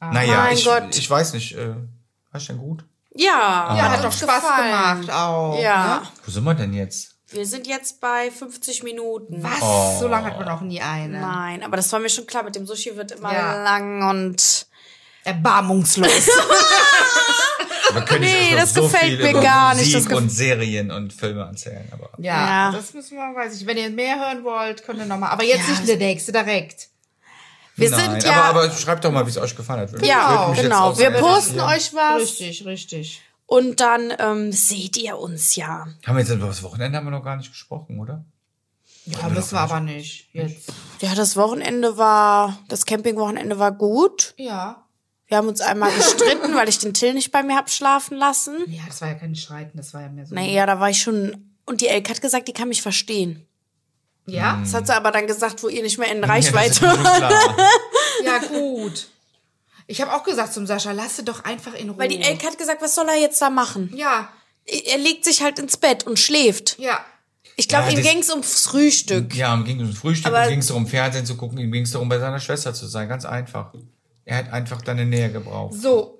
naja, Mein ich, Gott. ich weiß nicht. Äh, war ich denn gut? Ja, Ah. Ja, hat doch Spaß gefallen. gemacht auch. ne? Ja, Wo sind wir denn jetzt? wir sind jetzt bei 50 Minuten. Was? So lange hat man noch nie eine. Nein, aber das war mir schon klar, mit dem Sushi wird immer Ja. lang und... Oh. Erbarmungslos. Wir können Nee, euch noch das gefällt mir über gar nicht. Musik Das gef- und Serien und Filme erzählen. Aber Ja, Ja. das müssen wir, weiß ich. Wenn ihr mehr hören wollt, könnt ihr nochmal. Aber jetzt nicht in der nächste direkt. Wir Nein, sind ja... aber, aber schreibt doch mal, wie es euch gefallen hat. Würde- würde ja, mich jetzt genau. auch Wir sehr posten interessieren. euch was Richtig, richtig. und dann ähm, seht ihr uns ja. Haben wir jetzt über das Wochenende haben wir noch gar nicht gesprochen, oder? Ja, müssen wir aber nicht. Jetzt. Ja, das Wochenende war, das Campingwochenende war gut. Ja. Wir haben uns einmal gestritten, weil ich den Till nicht bei mir hab schlafen lassen. Ja, das war ja kein Streiten, das war ja mehr so. Naja, da war ich schon. Und die Elke hat gesagt, die kann mich verstehen. Mhm. Ja? Das hat sie aber dann gesagt, wo ihr nicht mehr in Reichweite Ja, das ist wart. schon klar. Ja, gut. Ich habe auch gesagt zum Sascha, lasse doch einfach in <laughs> Ruhe. Weil die Elke hat gesagt, was soll er jetzt da machen? Ja, Er legt sich halt ins Bett und schläft. ja. Ich glaube, Ja, ihm das- ging's ums Frühstück. ja, ihm ging es um Frühstück, Aber- ihm ging es darum, Fernsehen zu gucken, ihm ging es darum, bei seiner Schwester zu sein. Ganz einfach. Er hat einfach deine Nähe gebraucht. So.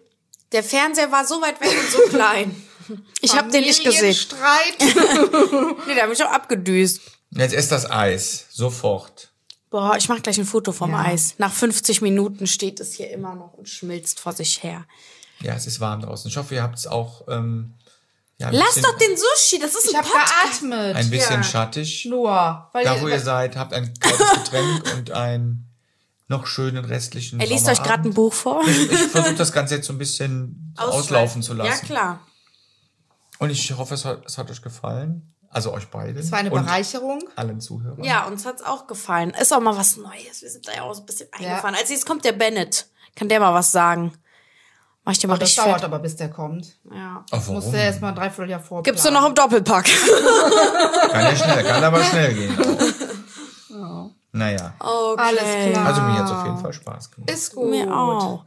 Der Fernseher war so weit weg und so klein. <laughs> Ich habe den nicht gesehen. Streit. Nee, der hat mich auch abgedüst. Jetzt ist das Eis. Sofort. Boah, ich mache gleich ein Foto vom Eis. Nach 50 Minuten steht es hier immer noch und schmilzt vor sich her. Ja, es ist warm draußen. Ich hoffe, ihr habt es auch ähm, ja, ein Lass bisschen, doch den Sushi, das ist Ich ein habe Podcast. geatmet. ein bisschen schattig. Nur. Weil Da, wo ihr seid, habt ein kaltes <laughs> Getränk und einen noch schönen restlichen Er liest euch gerade ein Buch vor. <laughs> Ich versuche das Ganze jetzt so ein bisschen auslaufen zu lassen. Ja, klar. Und ich hoffe, es hat, es hat euch gefallen. Also euch beiden. Es war eine und Bereicherung. allen Zuhörern. Ja, uns hat's auch gefallen. Ist auch mal was Neues. Wir sind da ja auch ein bisschen eingefahren. Als nächstes kommt der Bennett. Kann der mal was sagen? Mach ich dir mal Oh, Das richtig dauert fett. aber, bis der kommt. Ja. Ach, warum? Muss der erst mal drei Vierteljahr vor. Gibt's nur noch im <laughs> Doppelpack. Kann ja schnell, kann aber schnell gehen. Naja. Okay. Alles klar. Also mir hat es auf jeden Fall Spaß gemacht. ist gut. Mir auch.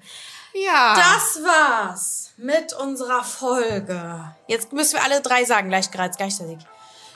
Ja. Das war's mit unserer Folge. Jetzt müssen wir alle drei sagen, gleich gleich gleichzeitig.